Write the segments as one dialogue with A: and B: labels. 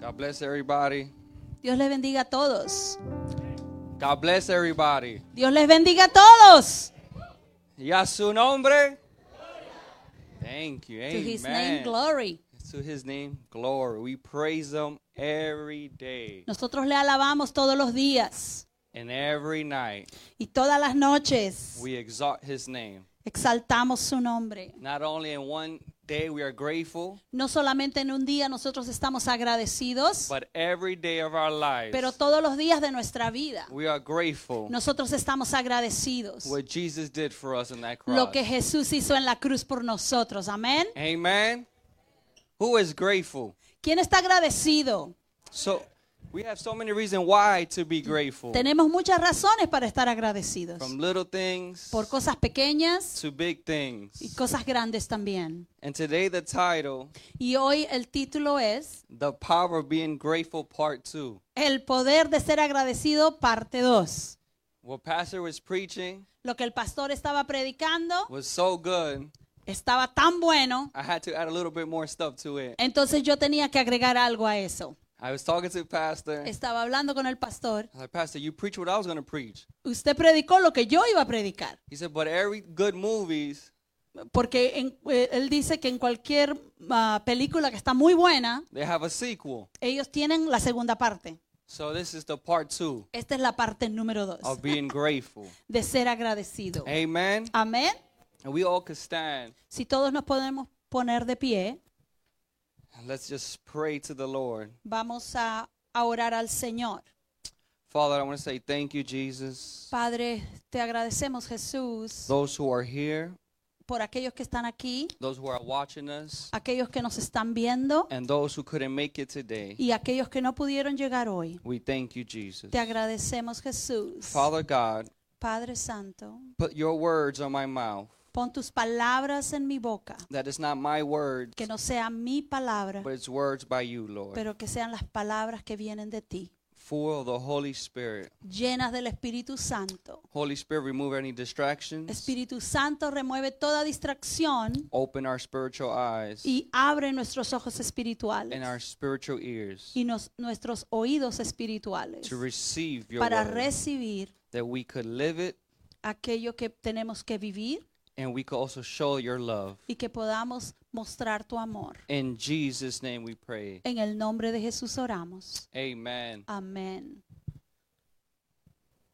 A: God bless everybody.
B: Dios les bendiga a todos.
A: God bless everybody.
B: Dios les bendiga a todos.
A: Y a su nombre. Thank you.
B: To
A: Amen.
B: his name, glory.
A: To his name, glory. We praise him every day
B: Nosotros le alabamos todos los días
A: and every night.
B: y todas las noches.
A: We exalt his name.
B: Exaltamos su nombre.
A: Not only in one day we are grateful,
B: No solamente en un día nosotros estamos agradecidos,
A: but every day of our lives
B: pero todos los días de nuestra vida
A: we are grateful
B: nosotros estamos agradecidos.
A: what Jesus did for us on that cross.
B: Lo que Jesús hizo en la cruz por nosotros. Amén.
A: Amen. Who is grateful?
B: ¿Quién está agradecido?
A: So we have so many reasons why to be grateful.
B: Tenemos muchas razones para estar agradecidos.
A: From little things
B: Por cosas pequeñas
A: to big
B: y
A: things.
B: cosas grandes también.
A: And today the title,
B: Y hoy el título es
A: The Power of Being Grateful Part 2.
B: El poder de ser agradecido, parte 2.
A: What pastor was preaching
B: Lo que el pastor estaba predicando
A: was so good.
B: estaba tan bueno,
A: I had to add a little bit more stuff to it.
B: entonces yo tenía que agregar algo a eso.
A: I was talking to the pastor. I
B: Estaba hablando con el pastor.
A: was like, Pastor, you preach what I was going to preach.
B: Usted predicó lo que yo iba a predicar,
A: He said, but every good movies,
B: porque en- eh, él dice que en cualquier ah, película que está muy buena,
A: they have a sequel.
B: ellos tienen la segunda parte.
A: So this is the part two
B: Esta es la parte número 2,
A: of being grateful.
B: de ser agradecido.
A: Amen.
B: Amén.
A: And we all could stand.
B: Si todos nos podemos poner de pie,
A: And let's just pray to the Lord.
B: vamos a, a orar al Señor.
A: Father, I want to say thank you, Jesus.
B: Padre, te agradecemos Jesús
A: Those who are here,
B: por aquellos que están aquí,
A: those who are watching us,
B: aquellos que nos están viendo
A: and those who couldn't make it today.
B: y aquellos que no pudieron llegar hoy.
A: We thank you, Jesus.
B: Te agradecemos Jesús.
A: Father God,
B: Padre Santo,
A: put your words on my mouth.
B: pon tus palabras en mi boca,
A: That it's not my words,
B: que no sea mi palabra,
A: but it's words by you, Lord.
B: pero que sean las palabras que vienen de ti,
A: Full of the Holy Spirit.
B: llenas del Espíritu Santo.
A: Holy Spirit, remove any distractions.
B: Espíritu Santo remueve toda distracción
A: Open our spiritual eyes
B: y abre nuestros ojos
A: and our
B: espirituales
A: spiritual ears
B: y nos- nuestros oídos espirituales
A: to receive your
B: para
A: word.
B: recibir
A: That we could live it
B: aquello que tenemos que vivir
A: and we could also show your love.
B: y que podamos mostrar tu amor.
A: In Jesus' name we pray.
B: En el nombre de Jesús oramos.
A: Amen.
B: Amén.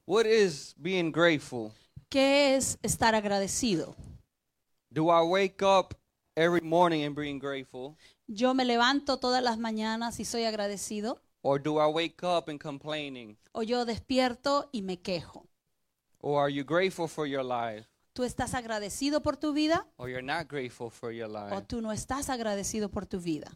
A: What is being grateful?
B: ¿Qué es estar agradecido?
A: Do I wake up every morning and being grateful?
B: Yo me levanto todas las mañanas y soy agradecido
A: Or do I wake up and complaining?
B: o yo despierto y me quejo.
A: Or are you grateful for your life?
B: ¿Tú estás agradecido por tu vida
A: Or you're not grateful for your
B: o
A: life?
B: tú no estás agradecido por tu vida?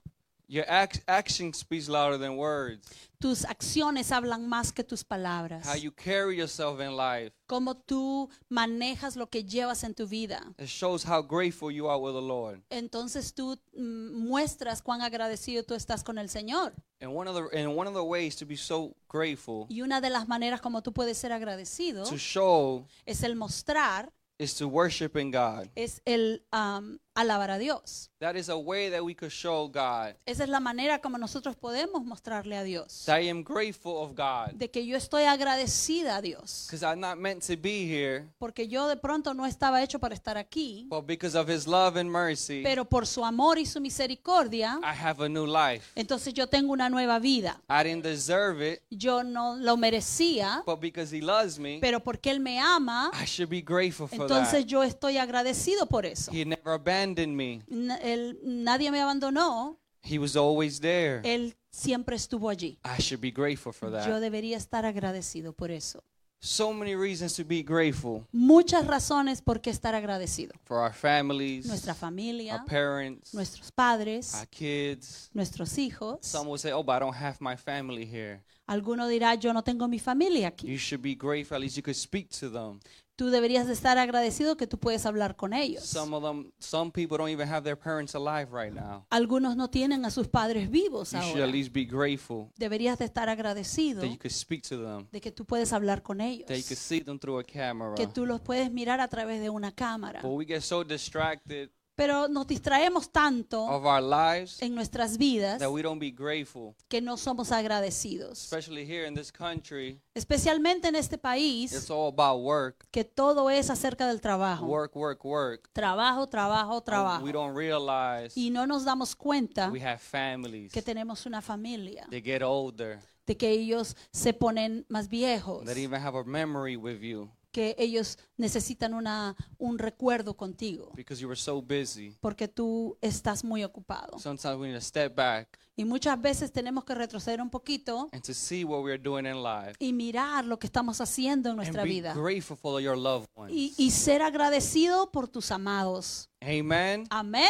A: Your ac- action speaks louder than words.
B: Tus acciones hablan más que tus palabras.
A: How you carry yourself in life.
B: Cómo tú manejas lo que llevas en tu vida.
A: It shows how grateful you are with the Lord.
B: Entonces tú mm, muestras cuán agradecido tú estás con el Señor.
A: And one of the and one of the ways to be so grateful
B: Y una de las maneras como tú puedes ser agradecido
A: to show
B: es el mostrar,
A: is to worship in God.
B: es el am, alabar a Dios.
A: That is a way that we could show God
B: Esa es la manera como nosotros podemos mostrarle a Dios.
A: that I am grateful of God
B: De que yo estoy agradecida a Dios.
A: because I'm not meant to be here,
B: Porque yo de pronto no estaba hecho para estar aquí.
A: but because of His love and mercy,
B: Pero por su amor y su misericordia,
A: I have a new life.
B: entonces yo tengo una nueva vida.
A: I didn't deserve it,
B: Yo no lo merecía,
A: but because He loves me,
B: pero porque Él me ama,
A: I should be grateful for
B: entonces
A: that.
B: yo estoy agradecido por eso.
A: He never abandoned me.
B: N- él- nadie me abandonó,
A: He was always there.
B: Él siempre estuvo allí.
A: I should be grateful for
B: Yo
A: that.
B: debería estar agradecido por eso.
A: So many reasons to be grateful
B: Muchas razones por qué estar agradecido.
A: for our families,
B: Nuestra
A: our
B: familia,
A: parents,
B: nuestros padres,
A: our kids.
B: nuestros hijos.
A: Some will say, "Oh, but I don't have my family here."
B: Alguno dirá, yo no tengo mi familia aquí.
A: You should be grateful. At least you could speak to them.
B: Tú deberías de estar agradecido que tú puedes hablar con ellos.
A: Some of them, some people don't even have their parents alive right now.
B: Algunos no tienen a sus padres vivos
A: You should at
B: ahora.
A: least be grateful
B: Deberías de estar agradecido
A: that you could speak to them,
B: de que tú puedes hablar con ellos,
A: that you could see them through a camera. Oh.
B: que tú los puedes mirar a través de una cámara.
A: But we get so distracted
B: Pero nos distraemos tanto
A: of our lives
B: en nuestras vidas
A: that we don't be grateful,
B: que no somos agradecidos.
A: especially here in this country.
B: Especialmente en este
A: It's
B: país
A: all about work,
B: que todo es acerca del trabajo.
A: work, work, work.
B: Trabajo, trabajo, trabajo.
A: We don't realize
B: Y no nos damos cuenta
A: we have families.
B: que tenemos una familia,
A: They get older.
B: de que ellos se ponen más viejos,
A: That even have a memory with you
B: que ellos necesitan una, un recuerdo contigo,
A: because you were so busy.
B: porque tú estás muy ocupado.
A: Sometimes we need to step back
B: Y muchas veces tenemos que retroceder un poquito
A: and to see what we are doing in life
B: y mirar lo que estamos haciendo en
A: and
B: nuestra
A: be
B: vida
A: grateful for your loved
B: y,
A: ones.
B: y ser agradecido por tus amados.
A: Amen.
B: Amén.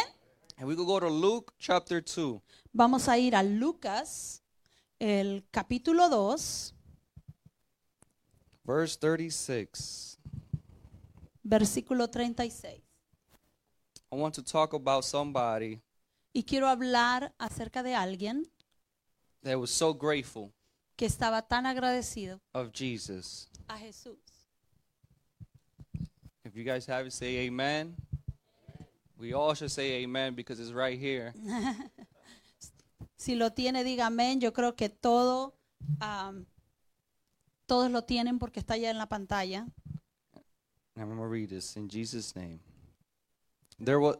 A: And we could go to Luke chapter 2.
B: Vamos a ir a Lucas, el capítulo 2,
A: Verse 36.
B: versículo 36.
A: I want to talk about somebody
B: Y quiero hablar acerca de alguien
A: that was so grateful
B: que estaba tan agradecido
A: of Jesus.
B: a Jesús.
A: If you guys have it, say amen. We all should say amen because it's right here.
B: Si lo tiene, diga amén. Yo creo que todo, am, todos lo tienen porque está ya en la pantalla.
A: And I'm going to read this in Jesus' name. There was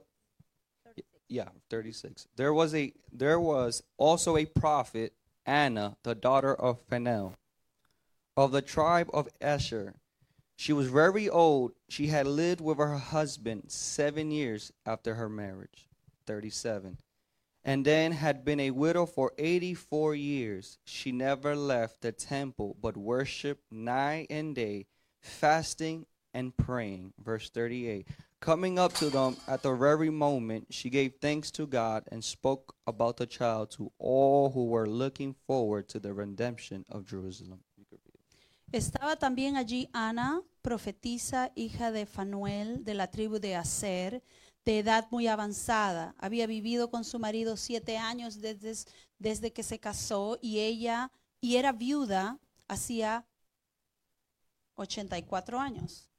A: yeah, 36. There was a there was also a prophet Anna, the daughter of Phanuel, of the tribe of Asher. She was very old. She had lived with her husband 7 years after her marriage. 37. And then had been a widow for 84 years. She never left the temple but worshiped night and day, fasting and praying. Verse 38. Coming up to them at the very moment, she gave thanks to God and spoke about the child to all who were looking forward to the redemption of Jerusalem.
B: Estaba también allí Ana, profetisa, hija de Fanuel, de la tribu de Aser, de edad muy avanzada. Había vivido con su marido siete años desde, desde que se casó y ella, y era viuda, hacía 84 años.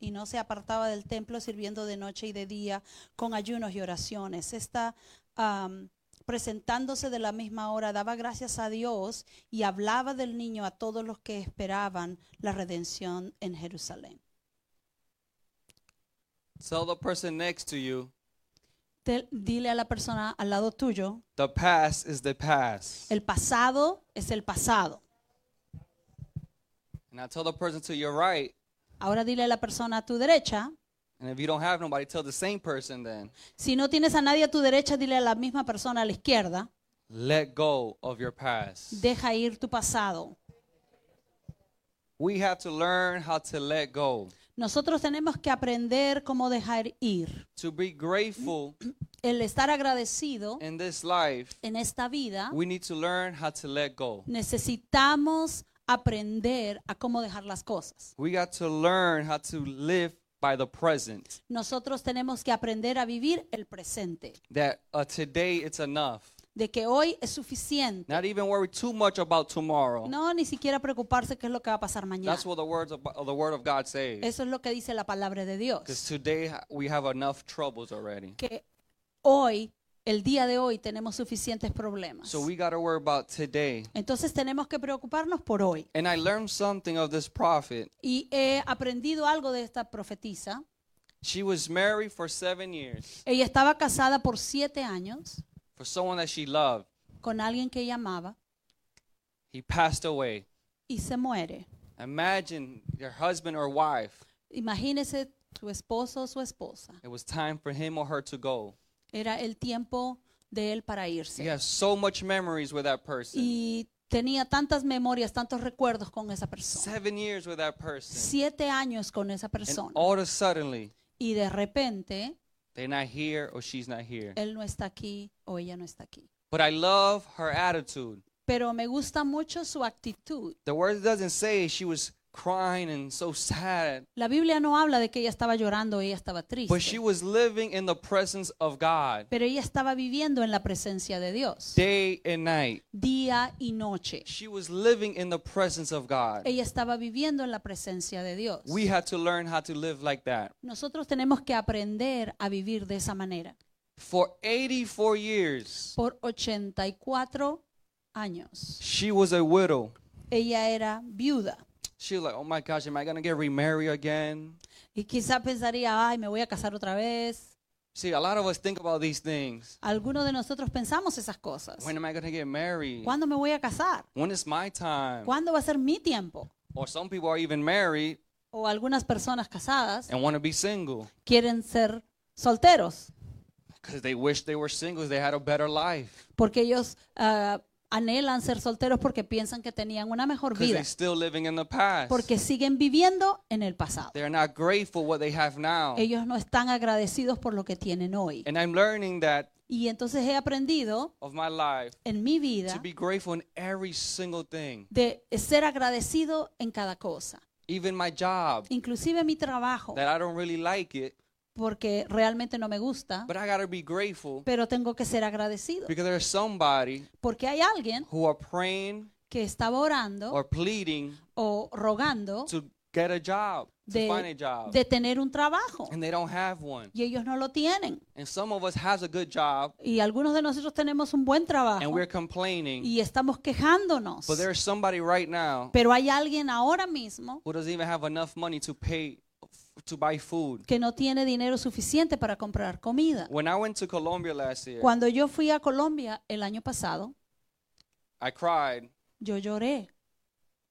B: Y no se apartaba del templo sirviendo de noche y de día con ayunos y oraciones. Esta, am, presentándose de la misma hora, daba gracias a Dios y hablaba del niño a todos los que esperaban la redención en Jerusalén.
A: Tell the person next to you,
B: Te- dile a la persona al lado tuyo,
A: the past is the past.
B: el pasado es el pasado.
A: And I tell the person to your right,
B: Ahora dile a la persona a tu derecha,
A: and if you don't have nobody, tell the same person then,
B: si no tienes a nadie a tu derecha, dile a la misma persona a la izquierda,
A: let go of your past.
B: deja ir tu pasado.
A: We have to learn how to let go,
B: Nosotros tenemos que aprender cómo dejar ir.
A: to be grateful
B: El estar agradecido
A: in this life.
B: en esta vida,
A: We need to learn how to let go.
B: necesitamos aprender a cómo dejar las cosas.
A: We got to learn how to live by the present.
B: Nosotros tenemos que aprender a vivir el presente,
A: That uh, today it's enough.
B: de que hoy es suficiente.
A: Not even worry too much about tomorrow.
B: No ni siquiera preocuparse qué es lo que va a pasar mañana.
A: That's what the words of, of the word of God says.
B: Eso es lo que dice la palabra de
A: Because
B: Dios.
A: today ha- we have enough troubles already.
B: Que hoy, el día de hoy, tenemos suficientes problemas.
A: So we got to worry about today.
B: Entonces tenemos que preocuparnos por hoy.
A: And I learned something of this prophet.
B: Y he aprendido algo de esta profetisa.
A: She was married for seven years
B: Ella estaba casada por siete años
A: for someone that she loved.
B: con alguien que ella amaba
A: He passed away.
B: y se muere.
A: Imagine your husband or wife.
B: Imagínese su esposo o su esposa.
A: It was time for him or her to go.
B: Era el tiempo de él para irse.
A: You have so much memories with that person.
B: y tenía tantas memorias, tantos recuerdos con esa persona.
A: Seven years with that person.
B: Siete años con esa
A: And
B: persona.
A: all of a sudden,
B: Y de repente,
A: they're not here or she's not here.
B: él no está aquí o ella no está aquí.
A: But I love her attitude.
B: Pero me gusta mucho su actitud.
A: The word doesn't say she was crying and so sad,
B: La Biblia no habla de que ella estaba llorando, ella estaba
A: but Pues she
B: triste,
A: was living in the presence of God
B: pero ella estaba viviendo en la presencia de Dios,
A: day and night.
B: día y noche.
A: She was living in the presence of God.
B: Ella estaba viviendo en la presencia de Dios.
A: We had to learn how to live like that.
B: Nosotros tenemos que aprender a vivir de esa manera.
A: For 84 years,
B: Por 84 años,
A: she was a widow.
B: ella era viuda.
A: She was like, oh my gosh, am I going to get remarried again?
B: Y quizá pensaría, ay, me voy a casar otra vez.
A: See, a lot of us think about these things.
B: Algunos de nosotros pensamos esas cosas.
A: When am I going to get married?
B: ¿Cuándo me voy a casar?
A: When is my time?
B: ¿Cuándo va a ser mi tiempo?
A: Or some people are even married
B: O algunas personas casadas
A: and want to be single
B: quieren ser solteros
A: because they wish they were singles, they had a better life.
B: porque ellos ah, anhelan ser solteros porque piensan que tenían una mejor
A: Because
B: vida,
A: they're still living in the past.
B: porque siguen viviendo en el pasado.
A: They're not grateful what they have now.
B: Ellos no están agradecidos por lo que tienen hoy.
A: And I'm learning that
B: Y entonces he aprendido
A: of my life
B: en mi vida
A: to be grateful in every single thing,
B: de ser agradecido en cada cosa,
A: even my job
B: inclusive mi trabajo,
A: that I don't really like it,
B: porque realmente no me gusta,
A: but I gotta be grateful
B: pero tengo que ser agradecido,
A: because there's somebody
B: porque hay alguien
A: who are praying
B: que estaba orando
A: or pleading
B: o rogando
A: to get a job, to find a
B: de,
A: job,
B: de tener un trabajo
A: and they don't have one.
B: y ellos no lo tienen.
A: And some of us has a good job
B: Y algunos de nosotros tenemos un buen
A: and
B: trabajo
A: we're complaining,
B: y estamos quejándonos,
A: but there's somebody right now
B: pero hay alguien ahora mismo
A: who doesn't even have enough money to pay to buy food.
B: que no tiene dinero suficiente para comprar comida.
A: When I went to Colombia last year,
B: Cuando yo fui a Colombia el año pasado,
A: I cried
B: yo lloré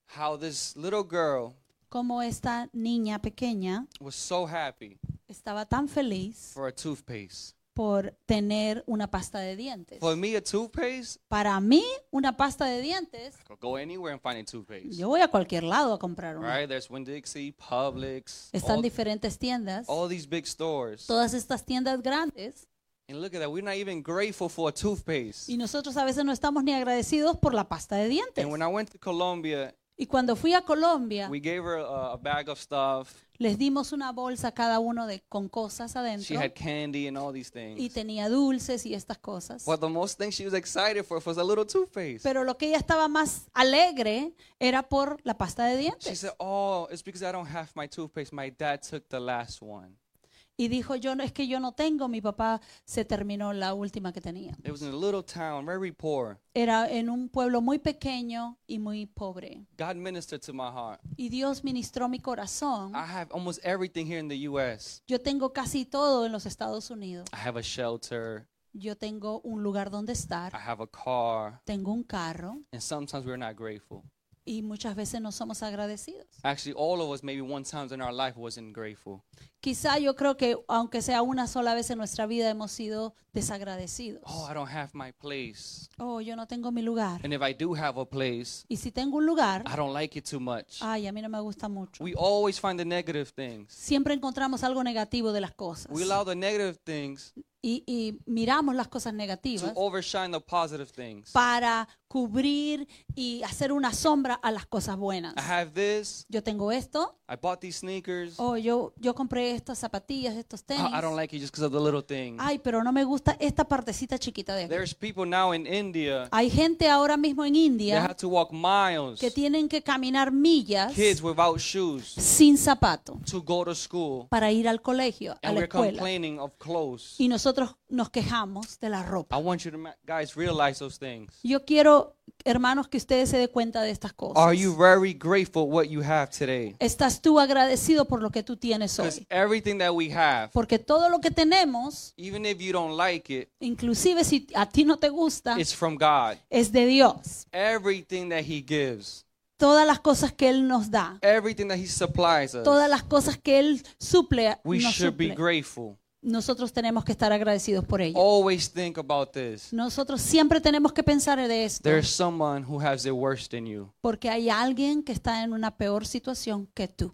A: how this little girl
B: como esta niña pequeña
A: was so happy
B: estaba tan feliz
A: for a toothpaste.
B: por tener una pasta de dientes.
A: For me, a toothpaste,
B: Para mí, una pasta de dientes,
A: I could go anywhere and find a toothpaste.
B: yo voy a cualquier lado a comprar una.
A: Right? There's Winn Dixie, Publix,
B: Están
A: all,
B: diferentes tiendas,
A: all these big stores.
B: todas estas tiendas grandes,
A: And look at that. We're not even grateful for a toothpaste.
B: y nosotros a veces no estamos ni agradecidos por la pasta de dientes.
A: And when I went to Colombia,
B: Y cuando fui a Colombia,
A: we gave her a, a bag of stuff.
B: les dimos una bolsa a cada uno de, con cosas
A: She
B: adentro
A: had candy and all these
B: y
A: things.
B: tenía dulces y estas cosas.
A: But the most thing she was excited for was a little toothpaste.
B: Pero lo que ella estaba más alegre era por la pasta de
A: She
B: dientes.
A: said, Oh, it's because I don't have my toothpaste. My dad took the last one.
B: Y dijo, yo no, es que yo no tengo, mi papá se terminó la última que tenía.
A: It was in a little town, very poor.
B: Era en un pueblo muy pequeño y muy pobre.
A: God ministered to my heart.
B: Y Dios ministró mi corazón.
A: I have almost everything here in the U.S.
B: Yo tengo casi todo en los Estados Unidos.
A: I have a shelter,
B: Yo tengo un lugar donde
A: I
B: estar,
A: have a car,
B: tengo un carro
A: and sometimes we're not grateful.
B: y muchas veces no somos agradecidos.
A: Actually, all of us, maybe one times in our life, wasn't grateful.
B: Quizá yo creo que aunque sea una sola vez en nuestra vida hemos sido desagradecidos.
A: Oh, I don't have my place.
B: Oh, yo no tengo mi lugar.
A: And if I do have a place,
B: Y si tengo un lugar,
A: I don't like it too much.
B: ay, a mí no me gusta mucho.
A: We always find the negative things.
B: Siempre encontramos algo negativo de las cosas.
A: We allow the negative things
B: Y, y miramos las cosas
A: to
B: negativas
A: overshine the positive things.
B: para cubrir y hacer una sombra a las cosas buenas.
A: I have this.
B: Yo tengo esto,
A: I bought these sneakers.
B: o yo, yo compré estas zapatillas, estos tenis.
A: Ah, I, I don't like it just because of the little things.
B: Ay, pero no me gusta esta partecita chiquita de aquí.
A: There's people now in India
B: Hay gente ahora mismo en
A: that
B: India
A: have to walk miles,
B: Ah, que tienen que caminar millas
A: kids without shoes,
B: sin zapato
A: to go to school.
B: para ir al colegio, a
A: And
B: la
A: we're
B: escuela.
A: complaining of clothes.
B: Y nosotros nos quejamos de la ropa.
A: I want you to ma- guys realize those things.
B: Yo quiero, hermanos, que ustedes se den cuenta de estas
A: Are
B: cosas.
A: you very grateful what you have today?
B: ¿Estás tú agradecido por lo que tú tienes
A: Because
B: hoy?
A: everything that we have,
B: Porque todo lo que tenemos,
A: even if you don't like it,
B: inclusive si a ti no te gusta,
A: it's from God.
B: es de Dios.
A: Everything that He gives,
B: Todas las cosas que Él nos da,
A: everything that He supplies
B: todas
A: us,
B: las cosas que Él suple,
A: we
B: nos
A: should be Oh.
B: suple.
A: grateful.
B: nosotros tenemos que estar agradecidos por ello.
A: Always think about this.
B: Nosotros siempre tenemos que pensar de esto.
A: There's someone who has it worse than you.
B: Porque hay alguien que está en una peor situación que tú.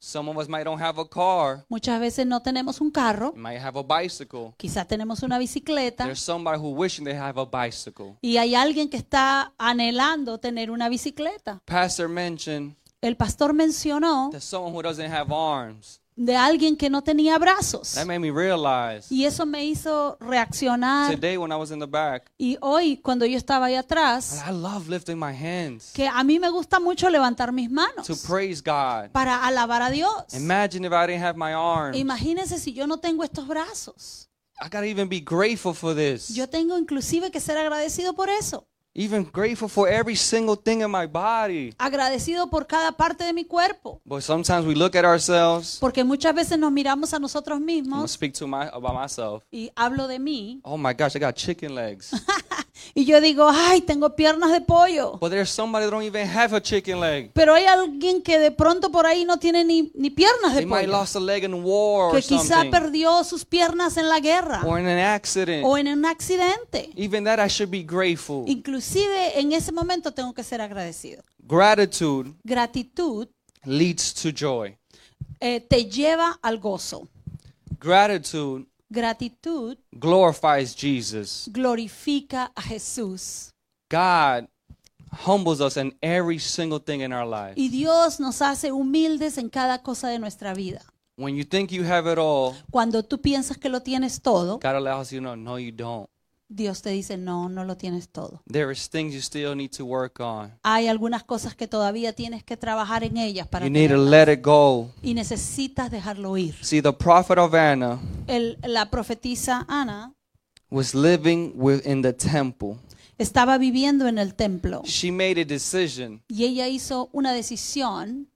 A: Some of us might don't have a car,
B: Muchas veces no tenemos un carro,
A: might have a bicycle.
B: quizá tenemos una bicicleta
A: There's somebody who wishing they have a bicycle.
B: y hay alguien que está anhelando tener una bicicleta.
A: Pastor mentioned
B: El pastor mencionó
A: to someone who doesn't have arms.
B: de alguien que no tenía brazos.
A: That made me realize
B: Y eso me hizo reaccionar.
A: today when I was in the back,
B: Y hoy, cuando yo estaba ahí
A: and
B: atrás,
A: I love lifting my hands
B: que a mí me gusta mucho levantar mis
A: to
B: manos
A: praise God.
B: para alabar a Dios.
A: Imagine if I didn't have my arms.
B: Imagínense si yo no tengo estos brazos.
A: I gotta even be grateful for this.
B: Yo tengo inclusive que ser agradecido por eso.
A: Even grateful for every single thing in my body.
B: Agradecido por cada parte de mi cuerpo.
A: But sometimes we look at ourselves.
B: Porque muchas veces nos miramos a nosotros
A: I'm gonna
B: mismos
A: speak to my about myself.
B: y hablo de mí
A: Oh my gosh, I got chicken legs.
B: y yo digo, ay, tengo piernas de pollo.
A: but there's somebody that don't even have a chicken leg.
B: Pero hay alguien que de pronto por ahí no tiene ni, ni piernas
A: They
B: de
A: might
B: pollo.
A: lost a leg in war or
B: Que quizá
A: something,
B: perdió sus piernas en la guerra
A: or in an accident.
B: o en un accidente.
A: even that, I should be grateful.
B: Inclusive en ese momento tengo que ser agradecido.
A: Gratitude
B: Gratitud
A: leads to joy.
B: eh, te lleva al gozo.
A: Gratitude
B: Gratitud
A: glorifies Jesus.
B: glorifica a Jesús.
A: God humbles us in every single thing in our life.
B: Y Dios nos hace humildes en cada cosa de nuestra vida.
A: When you think you have it all,
B: Cuando tú piensas que lo tienes todo,
A: God allows you to know, no, you don't.
B: Dios te dice, no, no lo tienes todo.
A: There is things you still need to work on.
B: Hay algunas cosas que todavía tienes que trabajar en ellas para
A: You need to
B: tenerlas.
A: let it go.
B: y necesitas dejarlo ir.
A: See, the prophet of Anna
B: El- la profetisa Ana
A: was living within the temple.
B: estaba viviendo en el templo
A: She made a decision.
B: y ella hizo una decisión.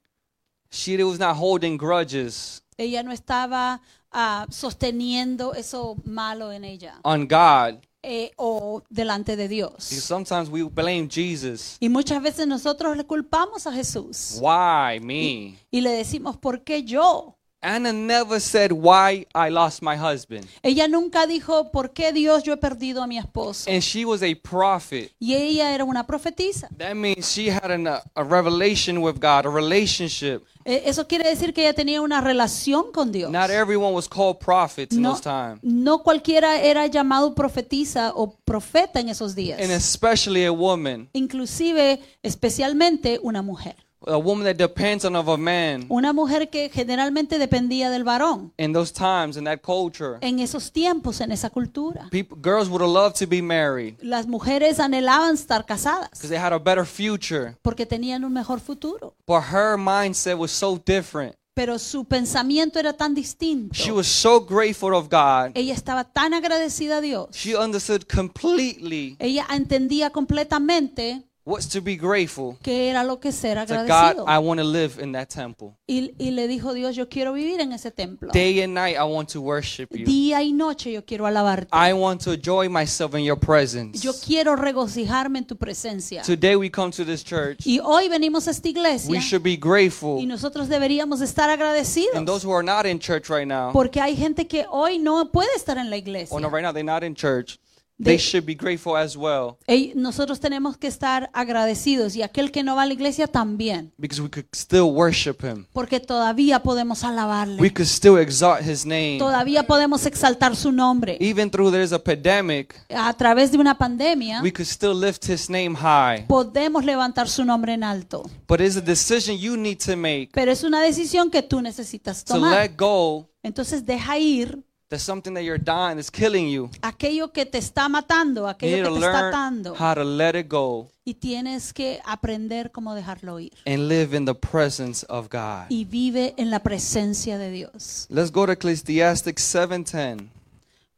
A: She was not holding grudges
B: Ella no estaba ah, sosteniendo eso malo en ella
A: on God.
B: eh, o delante de
A: Because
B: Dios.
A: sometimes we blame Jesus.
B: Y muchas veces nosotros le culpamos a Jesús
A: Why me?
B: y le decimos, ¿por qué yo?
A: Anna never said why I lost my husband.
B: Ella nunca dijo, ¿por qué Dios yo he perdido a mi esposo?
A: And she was a prophet.
B: Y ella era una profetisa.
A: That means she had an, uh, a revelation with God, a relationship.
B: Eh, Eso quiere decir que ella tenía una relación con Dios.
A: Not everyone was called prophets in
B: No,
A: those times.
B: no cualquiera era llamado profetisa o profeta en esos días.
A: And especially a woman,
B: Inclusive, especialmente una mujer.
A: a woman that depends on of a man
B: Una mujer que generalmente dependía del varón
A: in those times in that culture.
B: en esos tiempos, en esa cultura.
A: People, girls would have loved to be married
B: Las mujeres anhelaban estar casadas
A: because they had a better future.
B: porque tenían un mejor futuro.
A: But her mindset was so different.
B: Pero su pensamiento era tan
A: She
B: distinto.
A: was so grateful of God.
B: Ella estaba tan agradecida a Dios.
A: She understood completely
B: Ella entendía completamente
A: what's to be grateful.
B: que era lo que ser
A: To God,
B: agradecido.
A: I want to live in that temple.
B: Y, y le dijo Dios, yo quiero vivir en ese templo.
A: Day and night, I want to worship you.
B: Día y noche yo quiero alabarte.
A: I want to enjoy myself in your
B: Yo
A: presence.
B: quiero regocijarme en tu presencia.
A: Today, we come to this church.
B: Y hoy venimos a esta
A: We
B: iglesia
A: should be
B: y
A: grateful.
B: nosotros deberíamos estar
A: And those
B: agradecidos
A: who are not in church right now,
B: porque hay gente que hoy no puede estar en la iglesia.
A: or no, right now, they're not in church, they
B: They-
A: should be grateful as well
B: Ey, Nosotros tenemos que estar agradecidos y aquel que no va a la iglesia también,
A: because we could still worship Him.
B: porque todavía podemos
A: We
B: alabarle,
A: could still exalt His name.
B: todavía podemos exaltar su nombre.
A: Even through there's a pandemic,
B: A través de una pandemia
A: we could still lift His name high.
B: podemos levantar su nombre en alto.
A: But it's a decision you need to make
B: Pero es una decisión que tú necesitas
A: to
B: tomar.
A: let go
B: Entonces deja ir
A: that something that you're dying that's killing you.
B: aquello que te está matando,
A: You need to
B: aquello que te está
A: learn
B: atando.
A: how to let it go
B: Y tienes que aprender cómo dejarlo ir.
A: and live in the presence of God.
B: Y vive en la presencia de Dios.
A: Let's go to Ecclesiastes 7:10.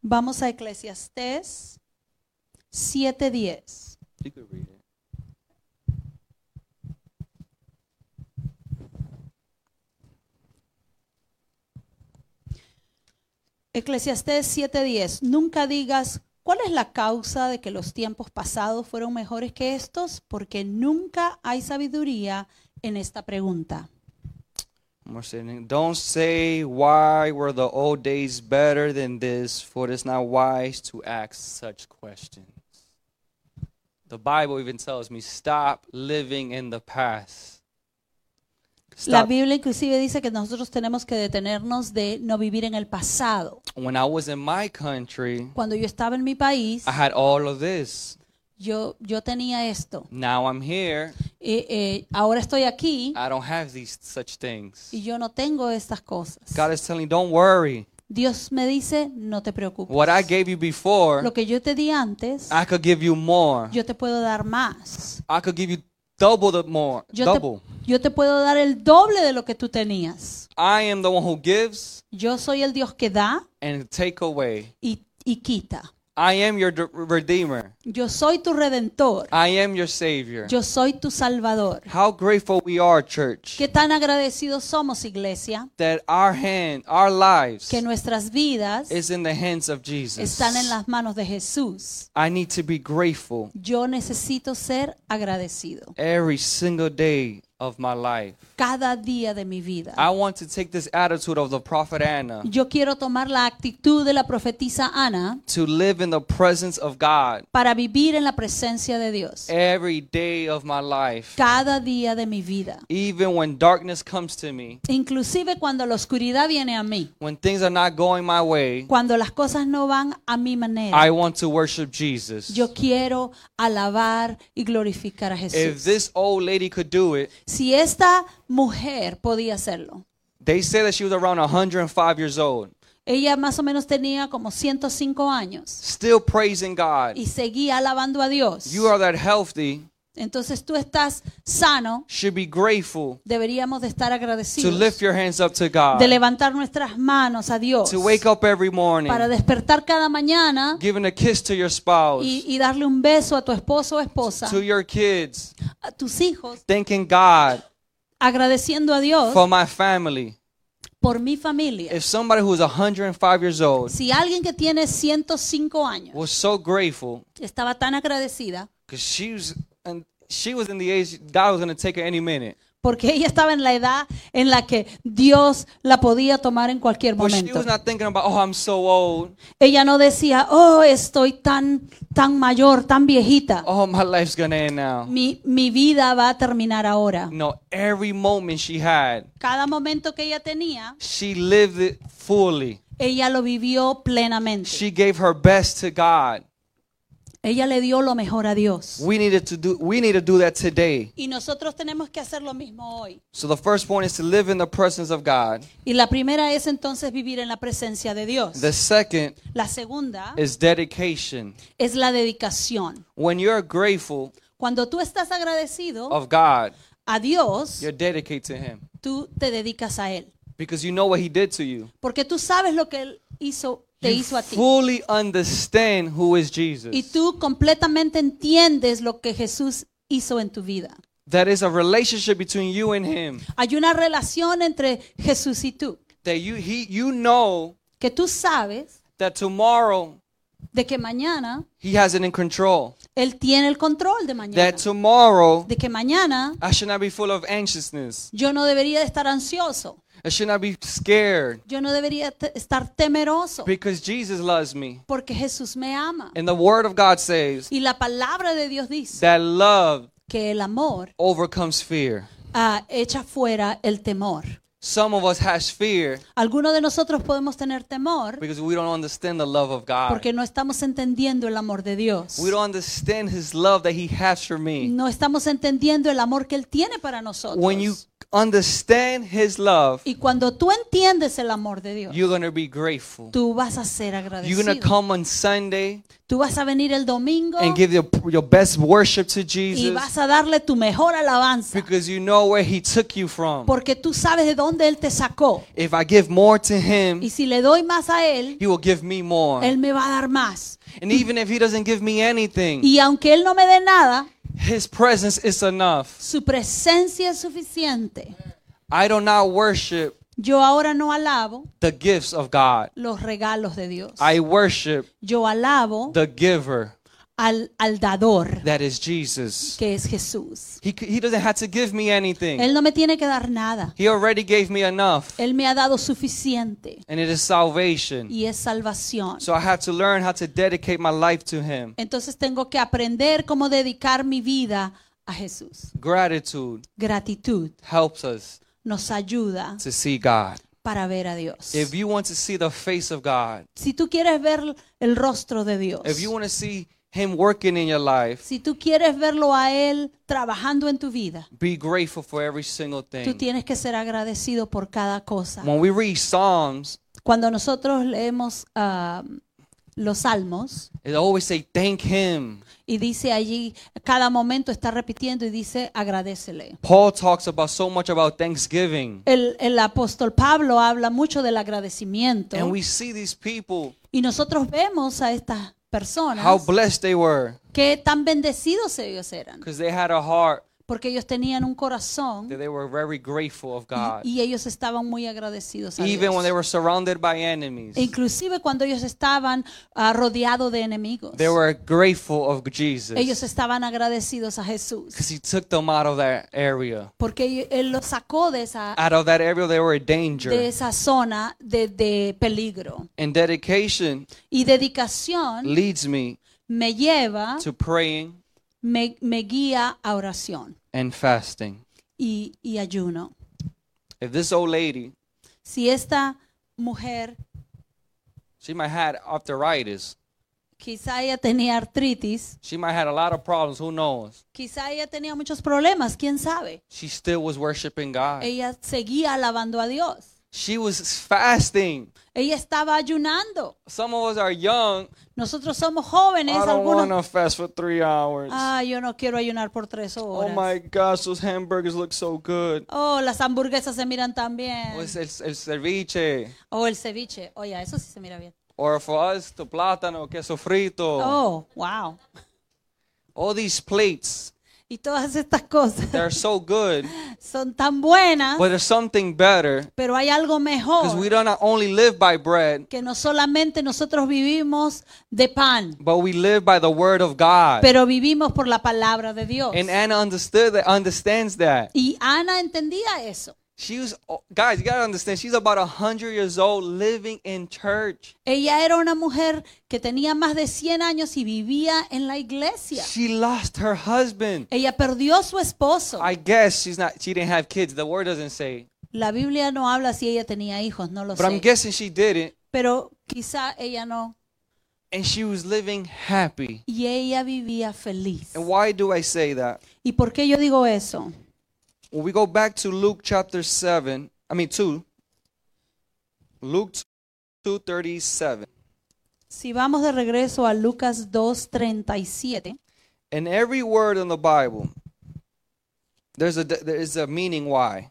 B: Vamos a Eclesiastés 7:10.
A: You could read it.
B: Eclesiastés 7:10. Nunca digas, ¿cuál es la causa de que los tiempos pasados fueron mejores que estos? Porque nunca hay sabiduría en esta pregunta.
A: One more sentence. Don't say why were the old days better than this, for it is not wise to ask such questions. The Bible even tells me stop living in the past.
B: La
A: Stop.
B: Biblia inclusive dice que nosotros tenemos que detenernos de no vivir en el pasado.
A: When I was in my country,
B: Cuando yo estaba en mi país,
A: I had all of this.
B: yo, yo tenía esto.
A: Now I'm here
B: eh, eh, ahora estoy aquí
A: I don't have these such things.
B: y yo no tengo estas cosas.
A: God is telling, don't worry.
B: Dios me dice, no te preocupes.
A: What I Ah. gave you before,
B: Lo que yo te di antes,
A: I could give you more.
B: yo te puedo dar más.
A: I could give you double the more.
B: Yo te,
A: Double.
B: yo te puedo dar el doble de lo que tú tenías.
A: I am the one who gives
B: Yo soy el Dios que da
A: and take away.
B: y, y quita.
A: I am your d- redeemer.
B: Yo soy tu redentor.
A: I am your savior.
B: Yo soy tu salvador.
A: How grateful we are, church,
B: Qué tan agradecidos somos, iglesia,
A: that our hand, our lives,
B: que nuestras vidas
A: is in the hands of Jesus.
B: están en las manos de Jesús.
A: I need to be grateful
B: Yo necesito ser agradecido
A: every single day of my life.
B: cada día de mi vida.
A: I want to take this attitude of the prophet Anna
B: Yo quiero tomar la actitud de la profetisa Ana
A: to live in the presence of God
B: para vivir en la presencia de Dios
A: Eh. every day of my life,
B: cada día de mi vida.
A: even when darkness comes to me,
B: Inclusive cuando la oscuridad viene a mí,
A: when things are not going my way.
B: cuando las cosas no van a mi manera.
A: I want to worship Jesus.
B: Yo quiero alabar y glorificar a
A: If
B: Jesús.
A: this old lady could do it,
B: Si esta mujer podía hacerlo,
A: they say that she was around 105 years old,
B: ella más o menos tenía como 105 años
A: still praising God.
B: y seguía alabando a Dios.
A: You are that healthy,
B: Entonces tú estás sano,
A: should be grateful
B: deberíamos de estar
A: to lift
B: agradecidos,
A: your hands up to God,
B: de levantar nuestras manos a Dios,
A: to wake up every morning,
B: para despertar cada mañana
A: giving a kiss to your spouse,
B: y, y darle un beso a tu esposo o esposa,
A: to your kids,
B: a tus hijos,
A: thanking God
B: agradeciendo a Dios
A: for my family.
B: por mi familia.
A: If somebody who's 105 years old
B: Si alguien que tiene 105 años
A: was so grateful,
B: estaba tan agradecida
A: because she was, and she was in the age God was going to take her any minute.
B: porque ella estaba en la edad en la que Dios la podía tomar en cualquier
A: But she was
B: momento.
A: not thinking about, oh, I'm so old.
B: Ella no decía, oh, estoy tan, tan mayor, tan viejita.
A: Oh, my life's going to end now.
B: Mi, mi vida va a terminar ahora.
A: No, every moment she had,
B: Cada momento que ella tenía,
A: she lived it fully.
B: ella lo vivió plenamente.
A: She gave her best to God.
B: Ella le dio lo mejor a Dios.
A: We needed to do we need to do that today.
B: Y nosotros tenemos que hacer lo mismo hoy.
A: So the first point is to live in the presence of God.
B: Y la primera es entonces vivir en la presencia de Dios.
A: The second
B: La segunda
A: is dedication.
B: es la dedicación.
A: When you're grateful
B: Cuando tú estás agradecido
A: of God,
B: a Dios,
A: you're dedicated to him
B: tú te dedicas a Él.
A: because you know what he did to you.
B: Porque tú sabes lo que Él hizo, te
A: You
B: hizo a ti.
A: fully understand who is
B: Y
A: Jesus.
B: tú completamente entiendes lo que Jesús hizo en tu vida.
A: That is a relationship between you and him.
B: Hay una relación entre Jesús y tú,
A: That you he you know
B: que tú sabes
A: that tomorrow
B: de que mañana
A: he has it in control.
B: Él tiene el control de mañana.
A: That tomorrow
B: De que mañana
A: I should not be full of anxiousness.
B: yo no debería de estar ansioso,
A: I should not be scared
B: yo no debería te- estar temeroso,
A: because Jesus loves me.
B: porque Jesús me ama.
A: And the word of God says
B: Y la palabra de Dios dice
A: that love
B: que el amor
A: overcomes fear.
B: ah, echa fuera el temor.
A: Some of us has fear
B: Algunos de nosotros podemos tener temor
A: because we don't understand the love of God.
B: porque no estamos entendiendo el amor de Dios.
A: We don't understand his love that he has for me.
B: No estamos entendiendo el amor que Él tiene para nosotros.
A: When you understand his love,
B: Y cuando tú entiendes el amor de Dios,
A: you're going to be grateful.
B: tú vas a ser
A: You're going to
B: agradecido.
A: come on Sunday
B: Tú vas a venir el domingo
A: and give your, your best worship to
B: y
A: Jesus
B: vas a darle tu mejor alabanza
A: because you know where he took you from.
B: porque tú sabes de dónde Él te sacó.
A: If I give more to him,
B: Y si le doy más a Él,
A: He will give me more.
B: Él me va a dar más.
A: And even if he doesn't give me anything,
B: Y aunque Él no me dé nada,
A: his presence is enough.
B: su presencia es suficiente.
A: I do not worship
B: Yo ahora no alabo
A: the gifts of God.
B: los regalos de Dios.
A: I worship
B: Yo alabo
A: the giver
B: al, al dador,
A: that is Jesus.
B: que es Jesús.
A: He, c- he doesn't have to give me anything.
B: Él no me tiene que dar nada.
A: He already gave me enough.
B: Él me ha dado suficiente
A: And it is salvation.
B: y es salvación.
A: So I have to learn how to dedicate my life to him.
B: Entonces tengo que aprender cómo dedicar mi vida a Jesús.
A: Gratitude
B: Gratitud
A: helps us
B: nos ayuda
A: to see God.
B: para ver a Dios.
A: If you want to see the face of God,
B: Si tú quieres ver el rostro de Dios,
A: if you want to see Him working in your life,
B: Si tú quieres verlo a Él trabajando en tu vida,
A: be grateful for every single
B: tú
A: thing.
B: tienes que ser agradecido por cada cosa.
A: When we read Psalms,
B: Cuando nosotros leemos ah, los salmos
A: it always say thank Him.
B: y dice allí, cada momento está repitiendo y dice agradecele.
A: Paul talks about so much about thanksgiving,
B: El, el apóstol Pablo habla mucho del agradecimiento
A: and we see these people
B: y nosotros vemos a estas personas
A: how blessed they were
B: que tan bendecidos ellos eran,
A: because they had a heart
B: porque ellos tenían un corazón
A: that they were very grateful of God,
B: y, y ellos estaban muy agradecidos. A
A: even when
B: Dios.
A: they were surrounded by enemies.
B: E inclusive cuando ellos estaban ah, rodeados de enemigos.
A: They were grateful of
B: Ellos
A: Jesus
B: estaban agradecidos a Jesús
A: because He took them out of that area,
B: porque e, Él los sacó de esa,
A: out of that area they were in
B: de
A: danger.
B: esa zona de, de peligro.
A: And dedication
B: Y dedicación
A: leads me
B: me lleva,
A: to praying
B: me, me guía a oración
A: and fasting.
B: y, y ayuno.
A: If this old lady,
B: Si esta mujer,
A: she might had arthritis,
B: quizá ella tenía artritis,
A: she might had a lot of problems. Who knows?
B: quizá ella tenía muchos problemas, quién sabe.
A: She still was worshiping God.
B: Ella seguía alabando a Dios.
A: She was fasting.
B: Ella estaba ayunando.
A: Some of us are young.
B: Nosotros somos jóvenes,
A: I don't
B: algunos
A: want to fast for three hours.
B: Ah, yo no quiero ayunar por tres
A: Oh
B: horas.
A: my gosh, those hamburgers look so good.
B: Oh, las hamburguesas se miran tan bien.
A: Or it's el, el ceviche.
B: O el ceviche. Oye, eso sí se mira bien.
A: Or for us, the plátano, queso frito.
B: Oh, wow.
A: All these plates,
B: Y todas estas cosas
A: they're so good.
B: son tan buenas,
A: But there's something better.
B: pero hay algo
A: Because Pues we
B: mejor.
A: do not only live by bread,
B: Que no solamente nosotros vivimos de pan,
A: but we live by the word of God.
B: pero vivimos por la palabra de Dios.
A: And Anna understood that, understands that.
B: Y Ana entendía eso.
A: She was, oh, guys, you gotta understand, she's about 100 years old living in church.
B: Ella era una mujer que tenía más de 100 años y vivía en la iglesia.
A: She lost her husband.
B: Ella perdió su esposo.
A: I guess she's not, she didn't have kids. The word doesn't say.
B: La Biblia no habla si ella tenía hijos, no lo
A: But I'm
B: sé.
A: guessing she didn't.
B: Pero quizá ella no.
A: And she was living happy.
B: Y ella vivía feliz.
A: And why do I say that?
B: ¿Y por qué yo digo eso?
A: When we go back to Luke chapter 7, I mean 2, Luke 2:37.
B: Si vamos de regreso a Lucas 2.37,
A: In every word in the Bible, there's a there is a meaning why.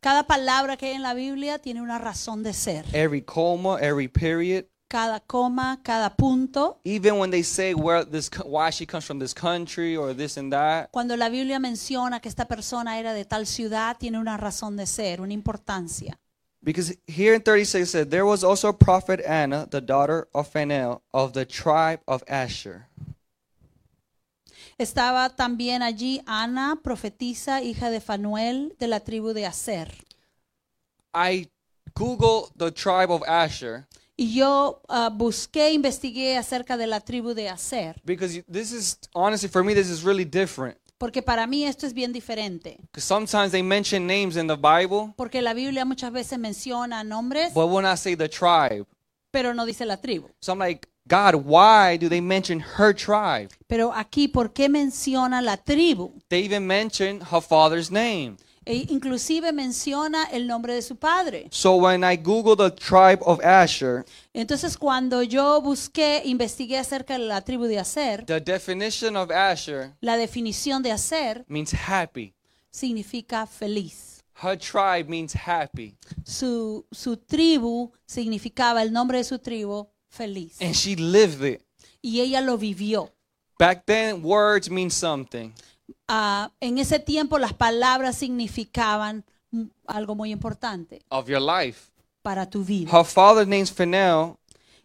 B: cada palabra que hay en la Biblia tiene una razón de ser.
A: Every comma, every period,
B: Cada coma, cada punto.
A: even when they say where this co- why she comes from this country or this and that,
B: Cuando la Biblia menciona que esta persona era de tal ciudad, tiene una razón de ser, una importancia.
A: because here in 36 it said there was also a prophet Anna, the daughter of Phanuel of the tribe of Asher.
B: Estaba también allí Ana, profetisa, hija de Fanuel, de la tribu de Aser.
A: I Google the tribe of Asher
B: Y yo ah, busqué, investigué acerca de la tribu de Aser,
A: because you- this is honestly for me this is really different
B: porque para mí esto es bien diferente.
A: because sometimes they mention names in the Bible
B: Porque la Biblia muchas veces menciona nombres,
A: but will not say the tribe.
B: pero no dice la tribu.
A: So I'm like, God, why do they mention her tribe?
B: Pero aquí, ¿por qué menciona la tribu?
A: They even mention her father's name.
B: E inclusive menciona el nombre de su padre.
A: So when I Google the tribe of Asher,
B: Entonces, cuando yo busqué, investigué acerca de la tribu de Aser,
A: the definition of Asher
B: la definición de Aser
A: means happy.
B: significa feliz.
A: Her tribe means happy.
B: Su, su tribu significaba el nombre de su tribu feliz.
A: And she lived it.
B: Y ella lo vivió.
A: Back then, words mean something.
B: Ah, en ese tiempo las palabras significaban mm, algo muy importante
A: Of your life.
B: para tu vida.
A: Her father's name's Phinel,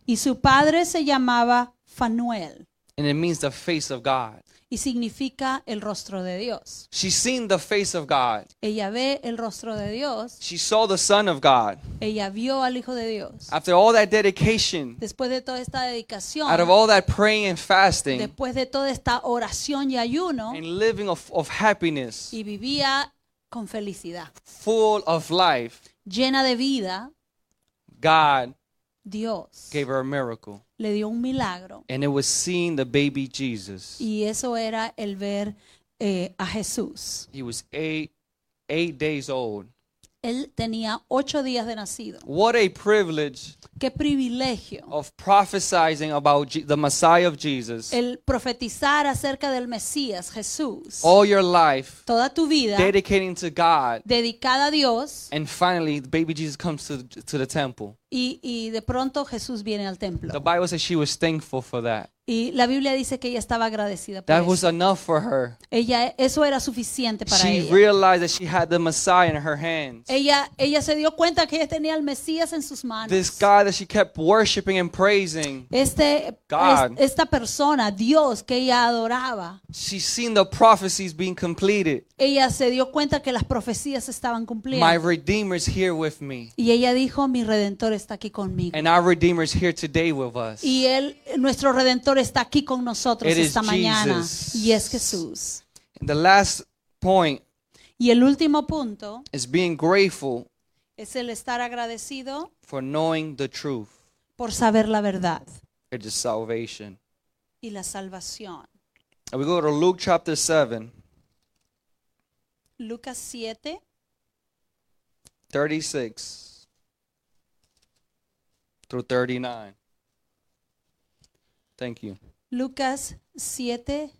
B: Y su padre se llamaba Fanuel
A: and it means the face of God.
B: y significa el rostro de Dios.
A: She's seen the face of God.
B: Ella ve el rostro de Dios,
A: She saw the Son of God.
B: ella vio al Hijo de Dios.
A: After all that dedication,
B: Después de toda esta dedicación,
A: out of all that praying and fasting,
B: después de toda esta oración y ayuno,
A: and living of, of happiness,
B: y vivía con felicidad,
A: full of life,
B: llena de vida,
A: God
B: Dios
A: gave her a miracle.
B: le dio un milagro
A: and it was seeing the baby Jesus.
B: y eso era el ver eh, a Jesús.
A: He was eight, eight days old.
B: Él tenía ocho días de nacido.
A: What a privilege
B: Qué privilegio
A: of prophesying about Je- the Messiah of Jesus
B: el profetizar acerca del Mesías Jesús.
A: all your life,
B: Toda tu vida
A: dedicating to God,
B: dedicada a Dios
A: and finally the baby Jesus comes to, to the temple.
B: y, y de pronto Jesús viene al
A: The
B: templo.
A: Bible says she was thankful for that.
B: Y la Biblia dice que ella estaba agradecida por
A: That was
B: eso.
A: enough for her.
B: Ella, eso era suficiente para
A: She
B: ella.
A: realized that she had the Messiah in her hands.
B: Ella, ella se dio cuenta que ella tenía al Mesías en sus manos.
A: This guy that she kept worshiping and praising.
B: este,
A: God.
B: es- esta persona, Dios, que ella adoraba,
A: She's seen the prophecies being completed.
B: ella se dio cuenta que las profecías se estaban
A: My
B: cumpliendo.
A: Redeemer's here with me.
B: Y ella dijo, mi Redentor está aquí conmigo.
A: And our Redeemer's here today with us.
B: Y él, nuestro Redentor está aquí con nosotros
A: It is
B: esta mañana.
A: Jesus.
B: Y es Jesús.
A: And the last point
B: Y el último punto
A: is being grateful
B: es el estar agradecido
A: for knowing the truth.
B: por saber la verdad
A: It is salvation.
B: y la salvación.
A: And we go to Luke chapter 7,
B: Lucas 7,
A: 36 through 39. Thank you.
B: Lucas 7,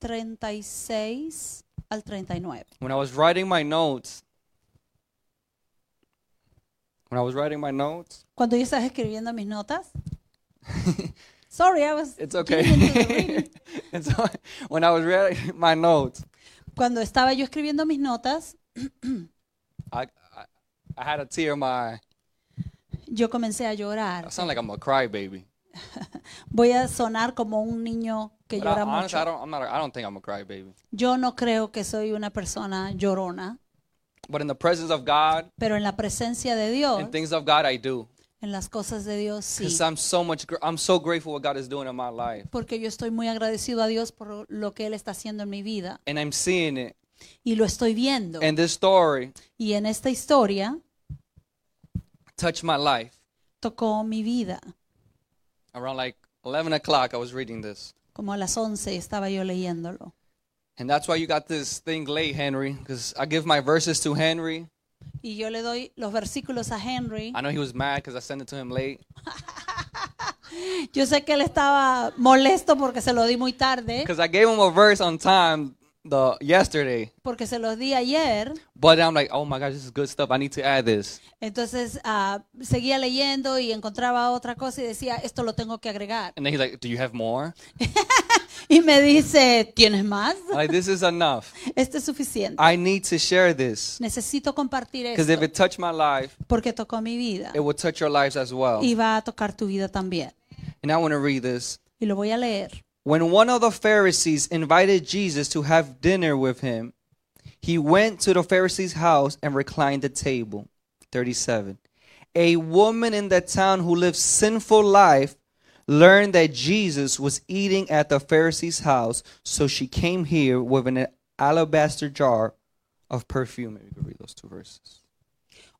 B: 36 al 39.
A: When I was writing my notes, when I was writing my notes,
B: Cuando yo estaba escribiendo mis notas. Sorry, I was
A: it's
B: getting into the reading.
A: okay. and so when I was writing my notes,
B: Cuando estaba yo escribiendo mis notas,
A: I, I I had a tear in my eye.
B: yo comencé a llorar.
A: I sound like I'm a crybaby.
B: Voy a sonar como un niño que
A: But I,
B: llora
A: honestly, I
B: mucho.
A: don't. I'm not. A, I don't think I'm a crybaby.
B: Yo no creo que soy una persona llorona,
A: But in the presence of God
B: pero en la presencia de Dios,
A: and things of God, I do.
B: en las cosas de Dios, sí.
A: Because I'm so much. gr- I'm so grateful what God is doing in my life,
B: Porque yo estoy muy agradecido a Dios por lo que Él está haciendo en mi vida.
A: and I'm seeing it.
B: Y lo estoy viendo.
A: And this story
B: Y en esta historia
A: touched my life.
B: tocó mi vida.
A: Around like 11 o'clock, I was reading this,
B: Como a las 11 estaba yo leyéndolo.
A: and that's why you got this thing late, Henry. Because I give my verses to Henry.
B: Y yo le doy los versículos a Henry.
A: I know he was mad because I sent it to him late.
B: Yo sé que él estaba molesto porque se lo di muy tarde,
A: Because I gave him a verse on time the yesterday,
B: porque se los di ayer.
A: but I'm like, oh my gosh, this is good stuff. I need to add this.
B: Entonces ah, seguía leyendo y encontraba otra cosa y decía, esto lo tengo que agregar.
A: And then he's like, "Do you have more?"
B: Y me dice, ¿tienes más?
A: I'm like, this is enough.
B: Esto es suficiente.
A: I need to share this
B: Necesito compartir
A: because if
B: esto
A: it touched my life,
B: porque tocó mi vida
A: it will touch your lives as well.
B: y va a tocar tu vida también.
A: And I want to read this.
B: Y lo voy a leer.
A: When one of the Pharisees invited Jesus to have dinner with him, he went to the Pharisee's house and reclined at table. 37. A woman in that town who lived sinful life learned that Jesus was eating at the Pharisee's house, so she came here with an alabaster jar of perfume. You can read those two verses.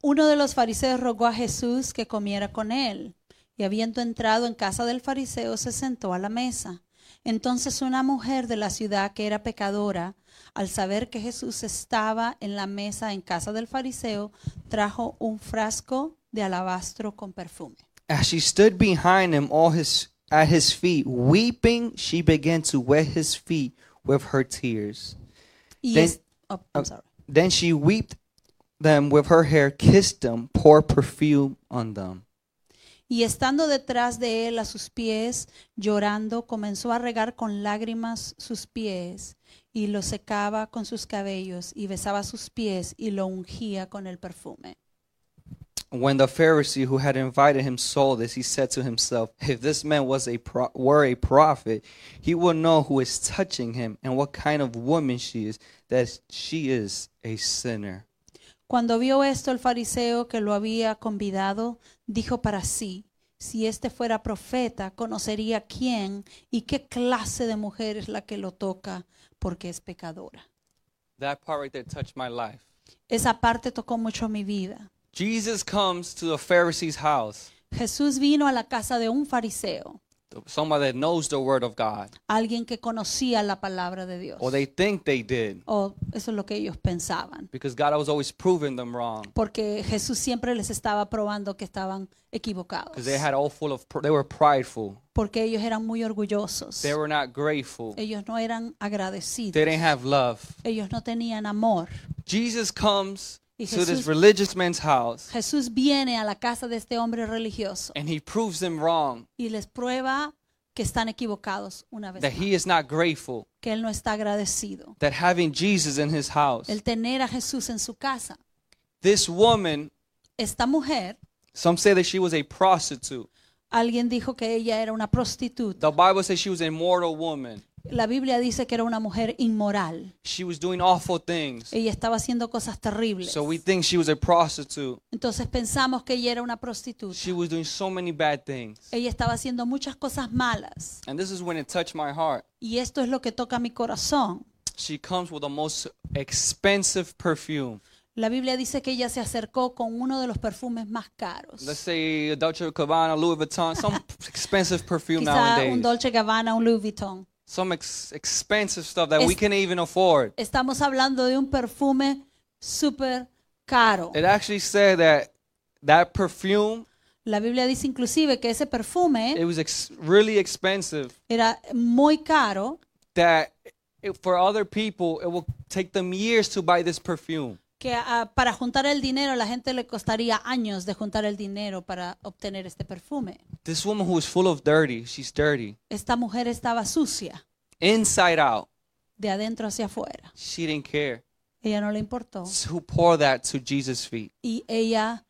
B: Uno de los fariseos rogó a Jesús que comiera con él, y habiendo entrado en casa del fariseo se sentó a la mesa. Entonces una mujer de la ciudad que era pecadora, al saber que Jesús estaba en la mesa en casa del fariseo, trajo un frasco de alabastro con perfume.
A: As she stood behind him all his at his feet, weeping, she began to wet his feet with her tears.
B: Y
A: Then-
B: es- oh, I'm sorry.
A: Then she wept them with her hair, kissed them, poured perfume on them.
B: Y estando detrás de él a sus pies, llorando, comenzó a regar con lágrimas sus pies y lo secaba con sus cabellos y besaba sus pies y lo ungía con el perfume.
A: When the Pharisee who had invited him saw this, he said to himself, "If this man was a pro- were a prophet, he would know who is touching him and what kind of woman she is, that she is a sinner."
B: Cuando vio esto el fariseo que lo había convidado, dijo para sí, si este fuera profeta, conocería quién y qué clase de mujer es la que lo toca, porque es pecadora.
A: That part right there touched my life.
B: Esa parte tocó mucho mi vida.
A: Jesus comes to the Pharisee's house
B: Jesús vino a la casa de un fariseo.
A: someone that knows the word of God,
B: alguien que conocía la palabra de Dios.
A: or they think they did,
B: O eso es lo que ellos pensaban.
A: because God was always proving them wrong,
B: Porque Jesús siempre les estaba probando que estaban equivocados.
A: because they had all full of, pr- they were prideful,
B: Porque ellos eran muy orgullosos.
A: they were not grateful, they
B: Ellos no eran agradecidos.
A: didn't have love.
B: Ellos no tenían amor.
A: Jesus comes
B: Y
A: to this
B: Jesús-
A: religious man's house
B: Jesús viene a la casa de este hombre religioso
A: and he proves them wrong,
B: y les prueba que están equivocados una vez
A: that
B: más,
A: he is not grateful,
B: que él no está agradecido.
A: that having Jesus in his house,
B: El tener a Jesús en su casa.
A: this woman,
B: Esta mujer,
A: some say that she was a prostitute.
B: alguien dijo que ella era una prostituta.
A: The Bible says she was a mortal woman.
B: La Biblia dice que era una mujer inmoral.
A: She was doing awful things.
B: Ella estaba haciendo cosas terribles.
A: So we think she was a prostitute.
B: Entonces pensamos que ella era una prostituta.
A: She was doing so many bad things.
B: Ella estaba haciendo muchas cosas malas.
A: And this is when it touched my heart.
B: Y esto es lo que toca mi corazón.
A: She comes with the most expensive perfume.
B: La Biblia dice que ella se acercó con uno de los perfumes más caros.
A: Let's say Dolce Gabbana, Louis Vuitton, some expensive perfume
B: Quizá un
A: nowadays.
B: Dolce Gabbana, un Louis Vuitton.
A: Some ex- expensive stuff that we
B: Es-
A: can't even afford.
B: Estamos hablando de un perfume súper caro.
A: It actually said that that perfume
B: La Biblia dice inclusive que ese
A: it
B: perfume
A: was ex- really expensive.
B: era muy caro,
A: That it, for other people it will take them years to buy this perfume.
B: que ah, para juntar el dinero a la gente le costaría años de juntar el dinero para obtener este perfume.
A: This woman who is full of dirty, she's dirty
B: Esta mujer estaba sucia,
A: inside out.
B: de adentro hacia afuera.
A: She didn't care.
B: Ella no le importó.
A: Who pour that to Jesus' feet?
B: Y ella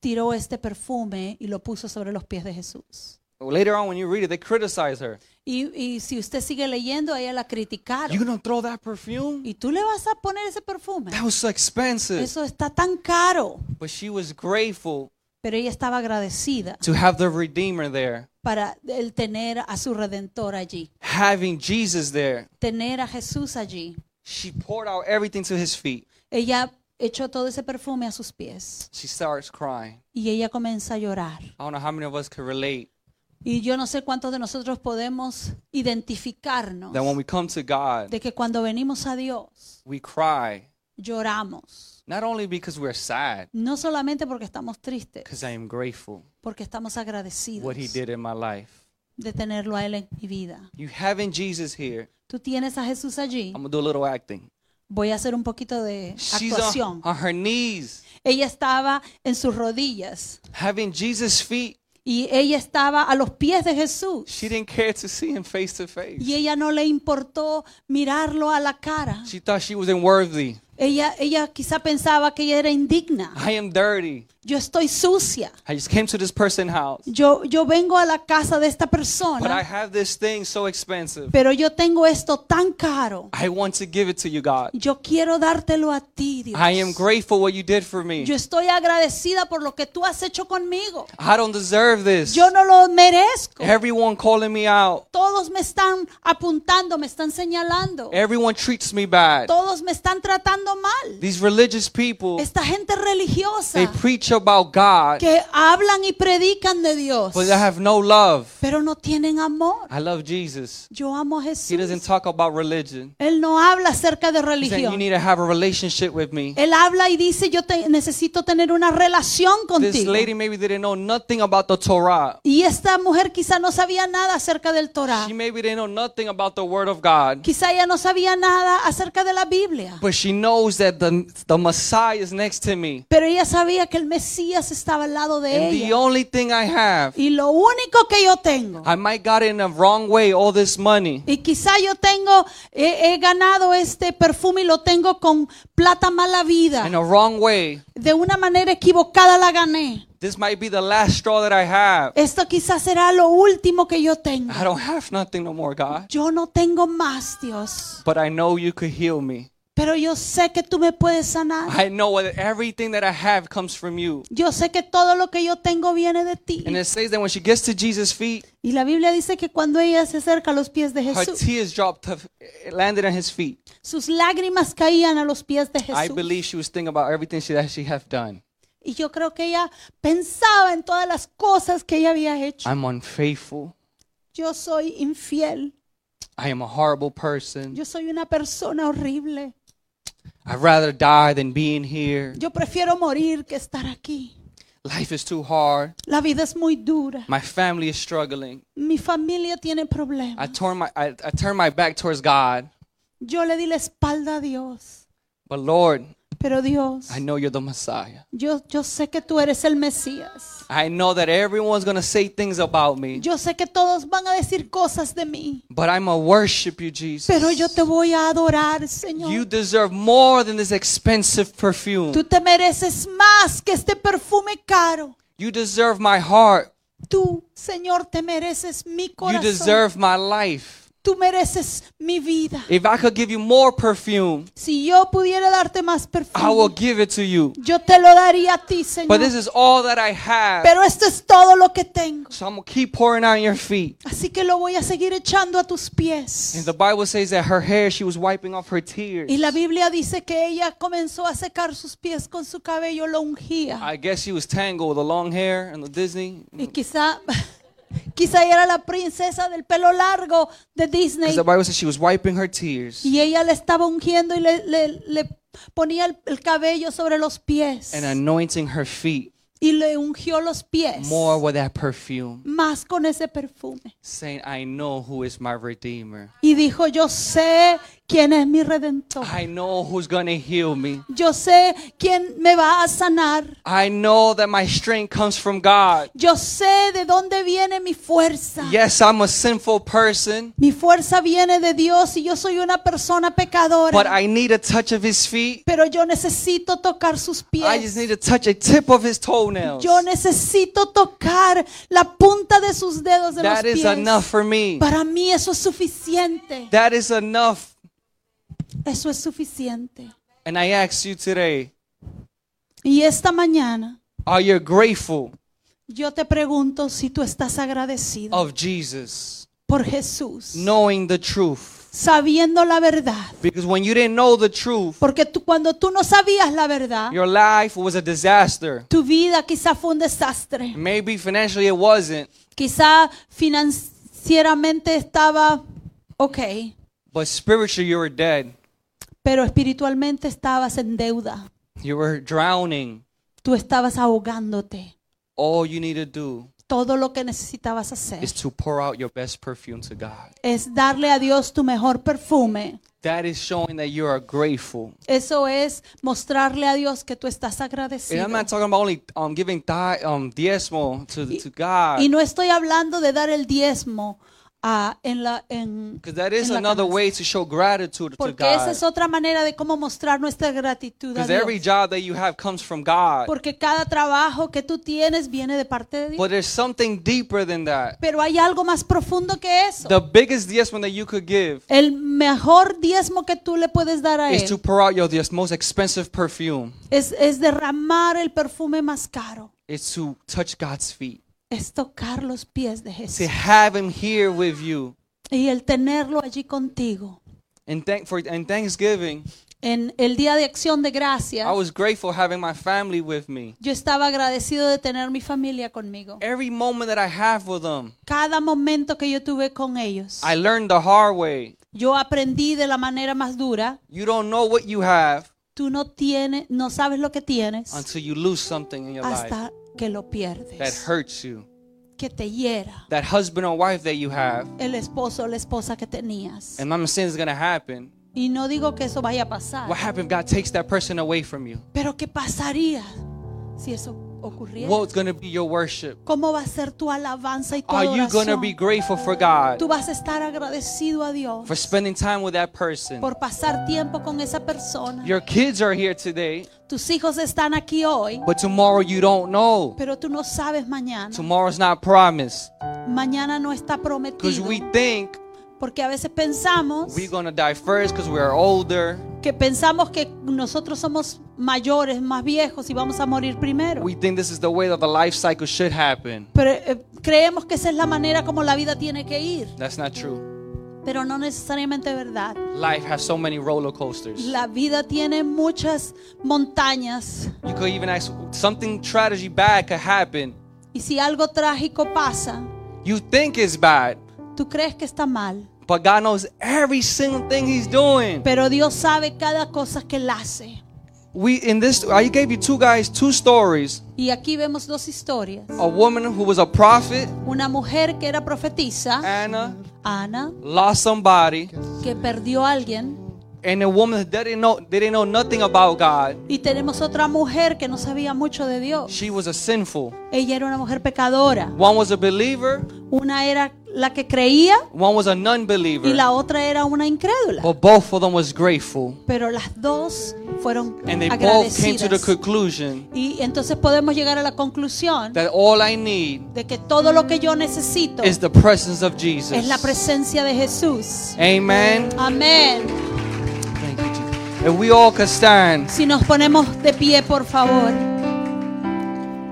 B: tiró este perfume y lo puso sobre los pies de Jesús.
A: Later on, when you read it, they criticize her.
B: Y, y si usted sigue leyendo, a ella la criticaron.
A: You gonna throw that perfume?
B: ¿Y tú le vas a poner ese perfume?
A: That was so expensive.
B: Eso está tan caro.
A: But she was grateful
B: Pero ella estaba agradecida
A: to have the Redeemer there,
B: para el tener a su redentor allí,
A: having Jesus there.
B: tener a Jesús allí.
A: She poured out everything to his feet.
B: Ella echó todo ese perfume a sus pies
A: She starts crying.
B: y ella comienza a llorar.
A: I don't know how many of us can relate
B: Y yo no sé cuántos de nosotros podemos identificarnos
A: that when we come to God,
B: de que cuando venimos a Dios
A: we cry
B: lloramos,
A: not only because we're sad,
B: no solamente porque estamos tristes,
A: because I am grateful
B: porque estamos agradecidos
A: what he did in my life.
B: de tenerlo a él en mi vida.
A: You having Jesus here.
B: Tú tienes a Jesús allí.
A: I'm gonna do a little acting.
B: Voy a hacer un poquito de
A: She's on,
B: actuación.
A: on her knees,
B: Ella estaba en sus rodillas
A: having Jesus' feet.
B: y ella estaba a los pies de Jesús
A: She didn't care to see him face to
B: y
A: face.
B: ella no le importó mirarlo a la cara.
A: She thought she was unworthy.
B: Ella, ella quizá pensaba que ella era indigna.
A: I am dirty.
B: Yo estoy sucia.
A: I just came to this person's house,
B: Yo, yo vengo a la casa de esta
A: but I
B: persona,
A: have this thing so expensive.
B: pero yo tengo esto tan caro.
A: I want to give it to you, God.
B: Yo quiero dártelo a ti, Dios.
A: I am grateful what you did for
B: Yo
A: me.
B: estoy agradecida por lo que tú has hecho conmigo.
A: I don't deserve this.
B: Yo no lo merezco.
A: Everyone calling me out.
B: Todos me están apuntando, me están señalando.
A: Everyone treats me bad.
B: Todos me están tratando mal.
A: These religious people,
B: Esta gente
A: they
B: religiosa
A: preach about God,
B: que hablan y predican de Dios,
A: but they have no love.
B: pero no tienen amor.
A: I love Jesus.
B: Yo amo a
A: He doesn't
B: Jesús.
A: talk about religion.
B: Él no habla acerca de
A: He said, you
B: religión.
A: need to have a relationship with me.
B: Él habla y dice, yo te- necesito tener una relación
A: This
B: contigo.
A: lady maybe didn't know nothing about the Torah.
B: Y esta mujer quizá no sabía nada acerca del Torah.
A: She maybe didn't know nothing about the Word of God.
B: Quizá ella no sabía nada acerca de la Biblia.
A: But she knows that the, the Messiah is next to me.
B: Pero ella sabía que el Mesías estaba al lado de
A: And the
B: ella.
A: only thing I have,
B: Y lo único que yo tengo,
A: I might got in the wrong way all this money.
B: y quizá yo tengo, he, he ganado este perfume y lo tengo con plata mala vida.
A: In the wrong way.
B: De una manera equivocada la gané.
A: This might be the last straw that I have.
B: Esto quizás será lo último que yo tengo.
A: I don't have nothing no more, God.
B: Yo no tengo más, Dios.
A: But I know you could heal me.
B: Pero yo sé que tú me puedes sanar.
A: I know that everything that I have comes from you.
B: Yo sé que todo lo que yo tengo viene de ti.
A: And it says that when she gets to Jesus' feet,
B: Y la Biblia dice que cuando ella se acerca a los pies de
A: her
B: Jesús,
A: tears dropped, to- it landed on his feet.
B: sus lágrimas caían a los pies de
A: I
B: Jesús.
A: believe she was thinking about everything she, that she have done.
B: Y
A: Ah.
B: yo creo que ella pensaba en todas las cosas que ella había hecho.
A: I'm unfaithful.
B: yo soy infiel,
A: I am a horrible person.
B: yo soy una persona horrible,
A: I'd rather die than being here.
B: yo prefiero morir que estar aquí.
A: Life is too hard.
B: La vida es muy dura,
A: My family is struggling.
B: mi familia tiene
A: I
B: problemas.
A: turn my I, I turn my back towards God.
B: Yo le di la espalda a Dios,
A: But Lord,
B: pero Dios,
A: I know you're the Messiah.
B: yo, yo sé que tú eres el Mesías.
A: I know that everyone's gonna say things about me.
B: Yo sé que todos van a decir cosas de mí,
A: But I'm gonna worship you, Jesus.
B: pero yo te voy a adorar, Señor.
A: You deserve more than this expensive perfume.
B: Tú te mereces más que este perfume caro.
A: You deserve my heart.
B: Tú, Señor, te mereces mi
A: You
B: corazón.
A: deserve my life.
B: Tú mereces mi vida.
A: If I could give you more perfume,
B: Si yo pudiera darte más
A: I will
B: perfume,
A: give it to you.
B: yo te lo daría a ti, Señor.
A: But this is all that I have.
B: Pero esto es todo lo que tengo.
A: So I'm gonna keep pouring out on your feet.
B: Así que lo voy a seguir echando a tus pies.
A: And the Bible says that her hair, she was wiping off her tears.
B: Y la Biblia dice que ella comenzó a secar sus pies con su cabello, lo ungía.
A: I guess she was tangled with the long hair and the Disney.
B: Y quizá, quizá ella era la princesa del pelo largo de Disney.
A: Because the Bible says she was wiping her tears.
B: Y ella le estaba ungiendo y le, le- le ponía el, el cabello sobre los pies.
A: and anointing her feet
B: Y le ungió los pies
A: more with that perfume,
B: más con ese perfume.
A: saying, I know who is my Redeemer.
B: Y dijo, yo sé quién es mi redentor.
A: I know who's going to heal me.
B: Yo sé quién me va a sanar.
A: I know that my strength comes from God.
B: Yo sé de dónde viene mi fuerza.
A: Yes, I'm a sinful person,
B: Mi fuerza viene de Dios y yo soy una persona pecadora.
A: but I need a touch of His feet.
B: pero yo necesito tocar sus
A: I just
B: pies.
A: need to touch a tip of His toenails.
B: Yo necesito tocar la punta de sus dedos de
A: That
B: los
A: is
B: pies.
A: enough for me.
B: Para mí eso es suficiente.
A: That is enough.
B: Eso es suficiente.
A: And I ask you today,
B: Y esta mañana
A: are you grateful
B: yo te pregunto si tú estás agradecido
A: of Jesus,
B: por Jesús,
A: knowing the truth?
B: sabiendo la verdad.
A: Because when you didn't know the truth,
B: Porque tú, cuando tú no sabías la verdad,
A: Your life was a disaster.
B: tu vida quizá fue un desastre.
A: Maybe financially it wasn't,
B: Quizá financieramente estaba ok,
A: but spiritually you were dead.
B: pero espiritualmente estabas en deuda.
A: You were drowning.
B: Tú estabas ahogándote.
A: All you need to do
B: Todo lo que necesitabas hacer
A: is to pour out your best perfume to God.
B: es darle a Dios tu mejor perfume.
A: That is showing that you are grateful.
B: Eso es mostrarle a Dios que tú estás
A: And
B: agradecido.
A: I'm not talking about only um, giving di- um, diezmo to, to God,
B: Y no estoy hablando de dar el diezmo ah, en la en
A: because that is
B: en la
A: another
B: canasta.
A: way to show gratitude to
B: porque esa
A: God.
B: es otra manera de cómo mostrar nuestra gratitud a
A: Because every
B: Dios.
A: job that you have comes from God.
B: Porque cada trabajo que tú tienes viene de parte de Dios.
A: But there's something deeper than that.
B: Pero hay algo más profundo que eso.
A: The biggest diezmo that you could give
B: El mejor diezmo que tú le puedes dar a
A: is to
B: él
A: pour out your this most expensive perfume.
B: es, es derramar el perfume más caro.
A: It's to touch God's feet,
B: Es tocar los pies de
A: to
B: Jesús
A: have Him here with you.
B: y el tenerlo allí contigo.
A: And thank for and Thanksgiving,
B: En el día de acción de gracias,
A: I was grateful having my family with me.
B: yo estaba agradecido de tener mi familia conmigo.
A: Every moment that I have with them,
B: Cada momento que yo tuve con ellos,
A: I learned the hard way.
B: yo aprendí de la manera más dura.
A: You don't know what you have
B: Tú no tienes, no sabes lo que tienes
A: until you lose something in your life
B: hasta que lo
A: that
B: pierdes,
A: hurts you.
B: que te hiera
A: That husband or wife that you have,
B: el esposo o la esposa que tenías.
A: and I'm not saying it's gonna happen.
B: Y no digo que eso vaya a
A: What
B: pasar,
A: happens if God takes that person away from you?
B: pero ¿qué pasaría si eso ocurriera?
A: What's gonna be your worship?
B: ¿Cómo va a ser tu alabanza y tu
A: Are you gonna
B: adoración?
A: be grateful for God?
B: Tú vas a estar agradecido a Dios
A: for spending time with that person.
B: por pasar tiempo con esa persona.
A: Your kids are here today,
B: Tus hijos están aquí hoy,
A: but tomorrow you don't know.
B: pero tú no sabes mañana.
A: Tomorrow's not promised
B: Mañana no está
A: because
B: prometido.
A: we think
B: Porque a veces pensamos
A: we're gonna die first because we're older.
B: que pensamos que nosotros somos mayores, más viejos y vamos a morir primero.
A: We think this is the way that the life cycle should happen.
B: Pero eh, creemos que esa es la manera como la vida tiene que ir,
A: That's not true.
B: pero no necesariamente es verdad.
A: Life has so many roller coasters.
B: La vida tiene muchas montañas
A: You could even ask something tragedy bad could happen.
B: y si algo trágico pasa,
A: You think it's bad,
B: Tú crees que está mal,
A: But God knows every single thing He's doing.
B: pero Dios sabe cada cosa que él hace.
A: We in this, I gave you two guys, two stories:
B: Y aquí vemos dos historias.
A: a woman who was a prophet,
B: Una mujer que era profetisa,
A: Anna,
B: Ana,
A: lost somebody,
B: que perdió a alguien.
A: and a woman that didn't know, they didn't know nothing about God.
B: Y tenemos otra mujer que no sabía mucho de Dios.
A: She was a sinful.
B: Ella era una mujer pecadora.
A: One was a believer,
B: Una era la que creía
A: one was a
B: y
A: non-believer.
B: la otra era una incrédula.
A: But both of them was grateful,
B: Pero las dos fueron
A: and they both came to the
B: agradecidas.
A: conclusion
B: Y entonces podemos llegar a la conclusión
A: that all I need
B: de que todo lo que yo necesito
A: is
B: es
A: the presence of Jesus.
B: la presencia de Jesús.
A: Amen.
B: Amén.
A: Thank you, Jesus. If we all could stand,
B: Si nos ponemos de pie, por favor.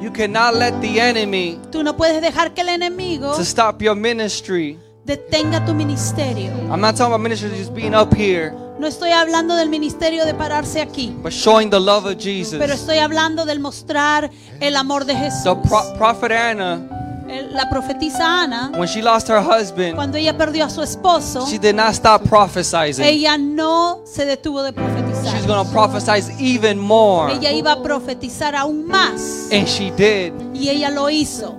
A: you cannot let the enemy
B: Tú no puedes dejar que el enemigo
A: to stop your ministry.
B: detenga tu ministerio.
A: I'm not talking about ministry just being up here,
B: No estoy hablando del ministerio de pararse aquí,
A: but showing the love of
B: pero
A: Jesus.
B: estoy hablando del mostrar el amor de Jesús.
A: The pro- prophet Anna,
B: El- La profetisa Ana,
A: when she lost her husband,
B: cuando ella perdió a su esposo,
A: she did not stop prophesying.
B: ella no se detuvo de
A: She's
B: profetizar.
A: going to prophesize even more.
B: Ella iba a profetizar aún más
A: And she did.
B: y ella lo hizo.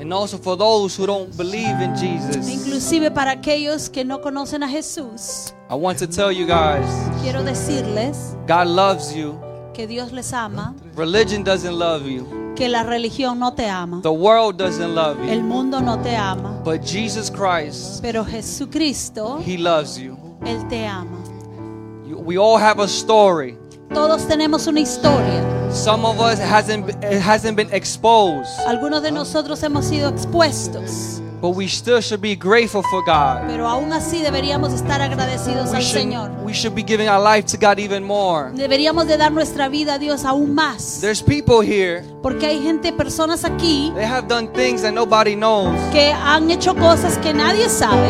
A: And also for those who don't believe in Jesus,
B: Inclusive para aquellos que no conocen a Jesús,
A: I want to tell you guys
B: quiero decirles
A: God loves you.
B: que Dios les ama,
A: Religion doesn't love you,
B: que la religión no te ama,
A: the world doesn't love you.
B: el mundo no te ama,
A: But Jesus Christ,
B: pero Jesucristo,
A: He loves you.
B: Él te ama.
A: You- We all have a story.
B: Todos tenemos una historia.
A: Some of us hasn't it hasn't been exposed,
B: Algunos de nosotros hemos sido expuestos,
A: but we still should be grateful for God.
B: pero aún así deberíamos estar agradecidos
A: We
B: al
A: should,
B: Señor.
A: we should be giving our life to God even more.
B: Deberíamos de dar nuestra vida a Dios aún más,
A: There's people here
B: porque hay gente, personas aquí
A: they have done things that nobody knows.
B: que han hecho cosas que nadie sabe.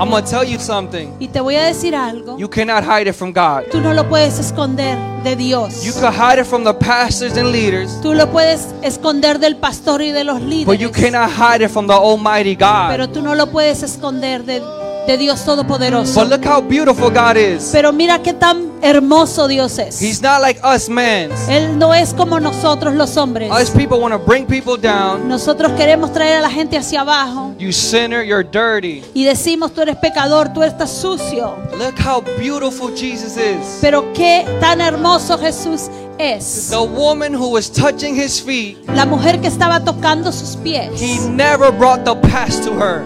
A: I'm gonna tell you something.
B: Y te voy a decir algo,
A: You cannot hide it from God.
B: tú no lo puedes esconder de Dios.
A: You can hide it from the pastors and leaders,
B: Tú lo puedes esconder del pastor y de los
A: but you
B: líderes,
A: cannot hide it from the Almighty God.
B: pero tú no lo puedes esconder de, de Dios Todopoderoso.
A: But look how beautiful God is.
B: Pero mira qué tan hermoso Dios es.
A: He's not like us men.
B: Él no es como nosotros los hombres.
A: Us people want to bring people down.
B: Nosotros queremos traer a la gente hacia abajo
A: You sinner, you're dirty.
B: y decimos, tú eres pecador, tú estás sucio.
A: Look how beautiful Jesus is.
B: Pero qué tan hermoso Jesús es.
A: The woman who was touching his feet,
B: La mujer que estaba tocando sus
A: he
B: pies,
A: never brought the past to her.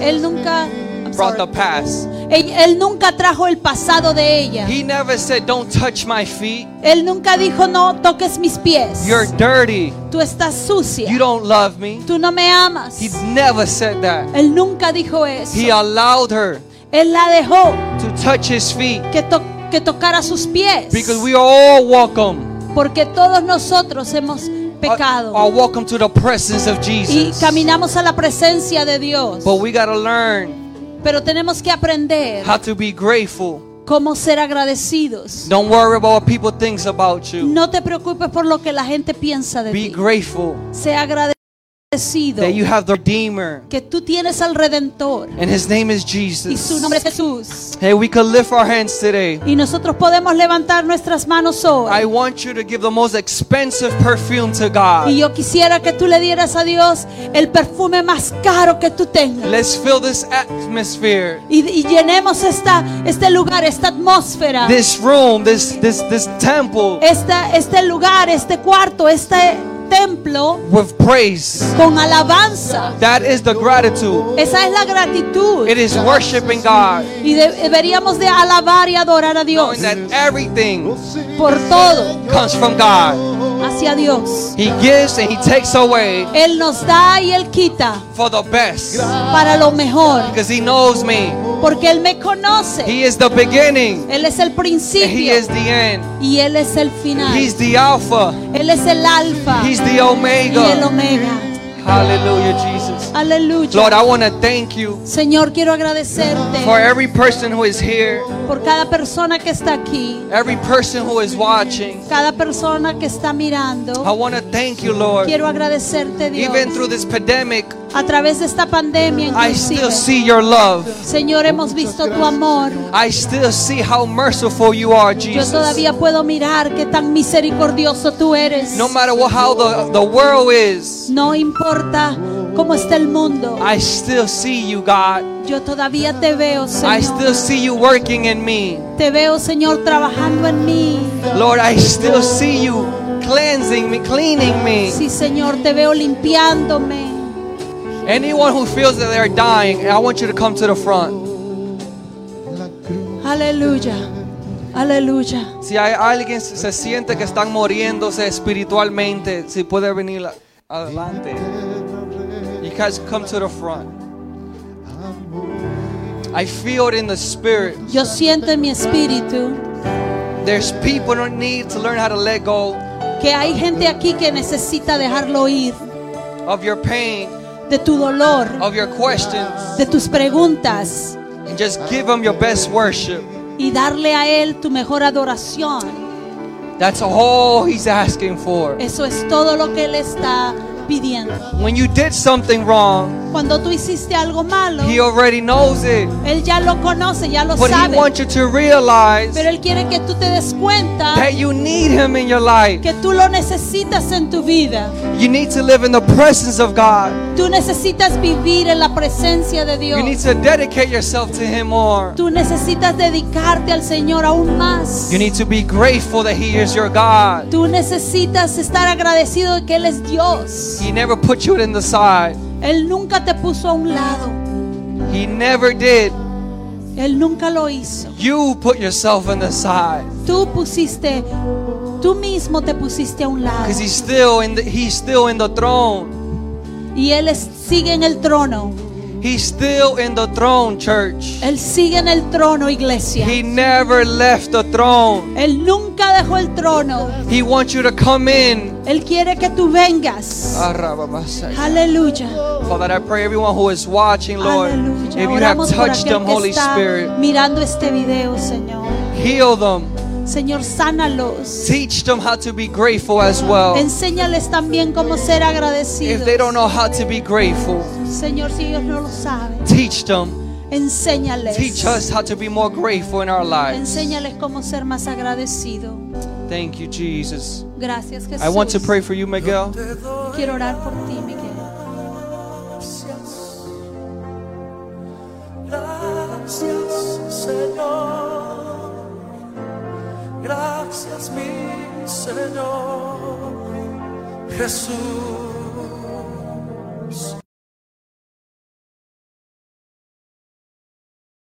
B: él nunca, I'm
A: Brought
B: sorry.
A: the past.
B: Él, él nunca trajo el pasado de ella.
A: He never said, Don't touch my feet.
B: Él nunca dijo, no toques mis pies.
A: You're dirty.
B: Tú estás sucia.
A: You don't love me.
B: Tú no me amas.
A: He never said that.
B: Él nunca dijo
A: He uh,
B: eso.
A: allowed her
B: Él la dejó
A: to touch his feet
B: que, to- que tocara sus pies.
A: because we are all welcome. uh,
B: Porque todos nosotros hemos pecado.
A: Are welcome to the presence of
B: y
A: Jesus.
B: caminamos a la presencia de Dios.
A: But we got to learn
B: Pero tenemos que aprender
A: how to be grateful.
B: cómo ser agradecidos.
A: Don't worry about what people thinks about you.
B: No te preocupes por lo que la gente piensa de
A: Be
B: ti.
A: grateful
B: Sea agradecido
A: that you have the Redeemer,
B: que tú tienes al Redentor
A: and His name is
B: y su
A: Jesus.
B: nombre es Jesús.
A: Hey, we could lift our hands today.
B: Y nosotros podemos levantar nuestras manos
A: I
B: hoy.
A: want you to give the most expensive perfume to
B: Y
A: God.
B: yo quisiera que tú le dieras a Dios el perfume más caro que tú tengas.
A: Let's fill this atmosphere,
B: Y, y llenemos esta, este lugar, esta atmósfera.
A: this room, this this this temple
B: esta, este lugar, este cuarto, este templo
A: with praise.
B: con alabanza.
A: That is the gratitude.
B: Esa es la gratitud.
A: It is worshiping God,
B: Y de- deberíamos de alabar y adorar a Dios
A: knowing that everything
B: por todo
A: comes from God.
B: hacia Dios.
A: He gives and He takes away
B: Él nos da y Él quita
A: for the best
B: para lo mejor.
A: because He knows me.
B: Porque Él me conoce.
A: He is the beginning.
B: Él es el
A: and He
B: principio
A: is the end.
B: y Él es el
A: He's
B: final.
A: the Alpha.
B: Él es el alfa
A: He's the
B: y el
A: Omega.
B: omega.
A: Hallelujah, Jesus. Lord, I
B: Aleluya.
A: want to thank you
B: Señor, quiero agradecerte
A: for every person who is here,
B: por cada persona que está aquí.
A: every person who is watching.
B: cada persona que está mirando.
A: I want to thank you, Lord.
B: Quiero agradecerte, Dios.
A: Even through this pandemic,
B: A través de esta pandemia,
A: I still
B: inclusive.
A: see your love.
B: Señor, hemos visto tu amor.
A: I still see how merciful you are,
B: Yo
A: Jesus.
B: todavía puedo mirar qué tan misericordioso tú eres.
A: No matter what, how the, the world is,
B: No importa cómo está el mundo.
A: I still see you, God.
B: Yo todavía te veo,
A: I still
B: Señor.
A: see you working in me.
B: Te veo, Señor, trabajando en mí.
A: Lord, I still see you cleansing me, cleaning me.
B: Sí, Señor, te veo limpiándome.
A: Anyone who feels that they're dying, I want you to come to the front.
B: Aleluya. Aleluya.
A: Si hay alguien que se siente que están muriéndose espiritualmente, si puede venir la- adelante. You guys come to the front. I feel it in the spirit.
B: Yo siento en mi espíritu
A: There's people that need to learn how to let go
B: que hay gente aquí que necesita dejarlo ir
A: of your pain,
B: de tu dolor,
A: of your questions,
B: de tus preguntas
A: and just give them your best worship.
B: y darle a Él tu mejor adoración.
A: That's all he's asking for.
B: Eso es todo lo que Él está pidiendo.
A: When you did something wrong,
B: Cuando tú hiciste algo malo,
A: he already knows it.
B: Él ya lo conoce, ya lo
A: But he
B: sabe.
A: wants you to realize
B: Pero Él quiere que tú te des cuenta
A: that you need him in your life.
B: que tú lo necesitas en tu vida.
A: You need to live in the presence of God.
B: Tú necesitas vivir en la presencia de
A: You need
B: Dios.
A: to dedicate yourself to him more.
B: Tú necesitas dedicarte al Señor aún más.
A: You need to be grateful that he is your God.
B: Tú necesitas estar agradecido de que Él es Dios.
A: He never put you in the side.
B: Él nunca te puso a un lado.
A: He never did.
B: Él nunca lo hizo.
A: You put yourself in the side.
B: Tú pusiste, tú mismo te pusiste a un lado.
A: Because he's still in the he's still in the throne.
B: Y Él es- sigue en el trono.
A: He's still in the throne, church.
B: Él sigue en el trono, iglesia.
A: He never left the throne.
B: Él nunca dejó el trono.
A: He wants you to come in.
B: Él quiere que tú vengas.
A: Ah. Arrababasaya.
B: Aleluya.
A: Father, I pray everyone who is watching, Lord, if
B: Aleluya.
A: you have
B: Oramos por
A: touched
B: aquel
A: them,
B: que
A: Holy
B: está
A: Spirit,
B: mirando este video, Señor.
A: heal them.
B: Señor, sánalos.
A: Teach them how to be grateful as well.
B: Enséñales también cómo ser
A: If they don't
B: agradecidos.
A: know how to be grateful,
B: Señor, si ellos no lo saben,
A: teach them. Teach
B: enséñales.
A: us how to be more grateful in our lives.
B: Enséñales cómo ser más agradecido.
A: Thank you, Jesus.
B: Gracias, Jesús.
A: I want to pray for you, Miguel.
B: Quiero orar por ti, Miguel.
C: Gracias, gracias Señor, gracias mi Señor Jesús,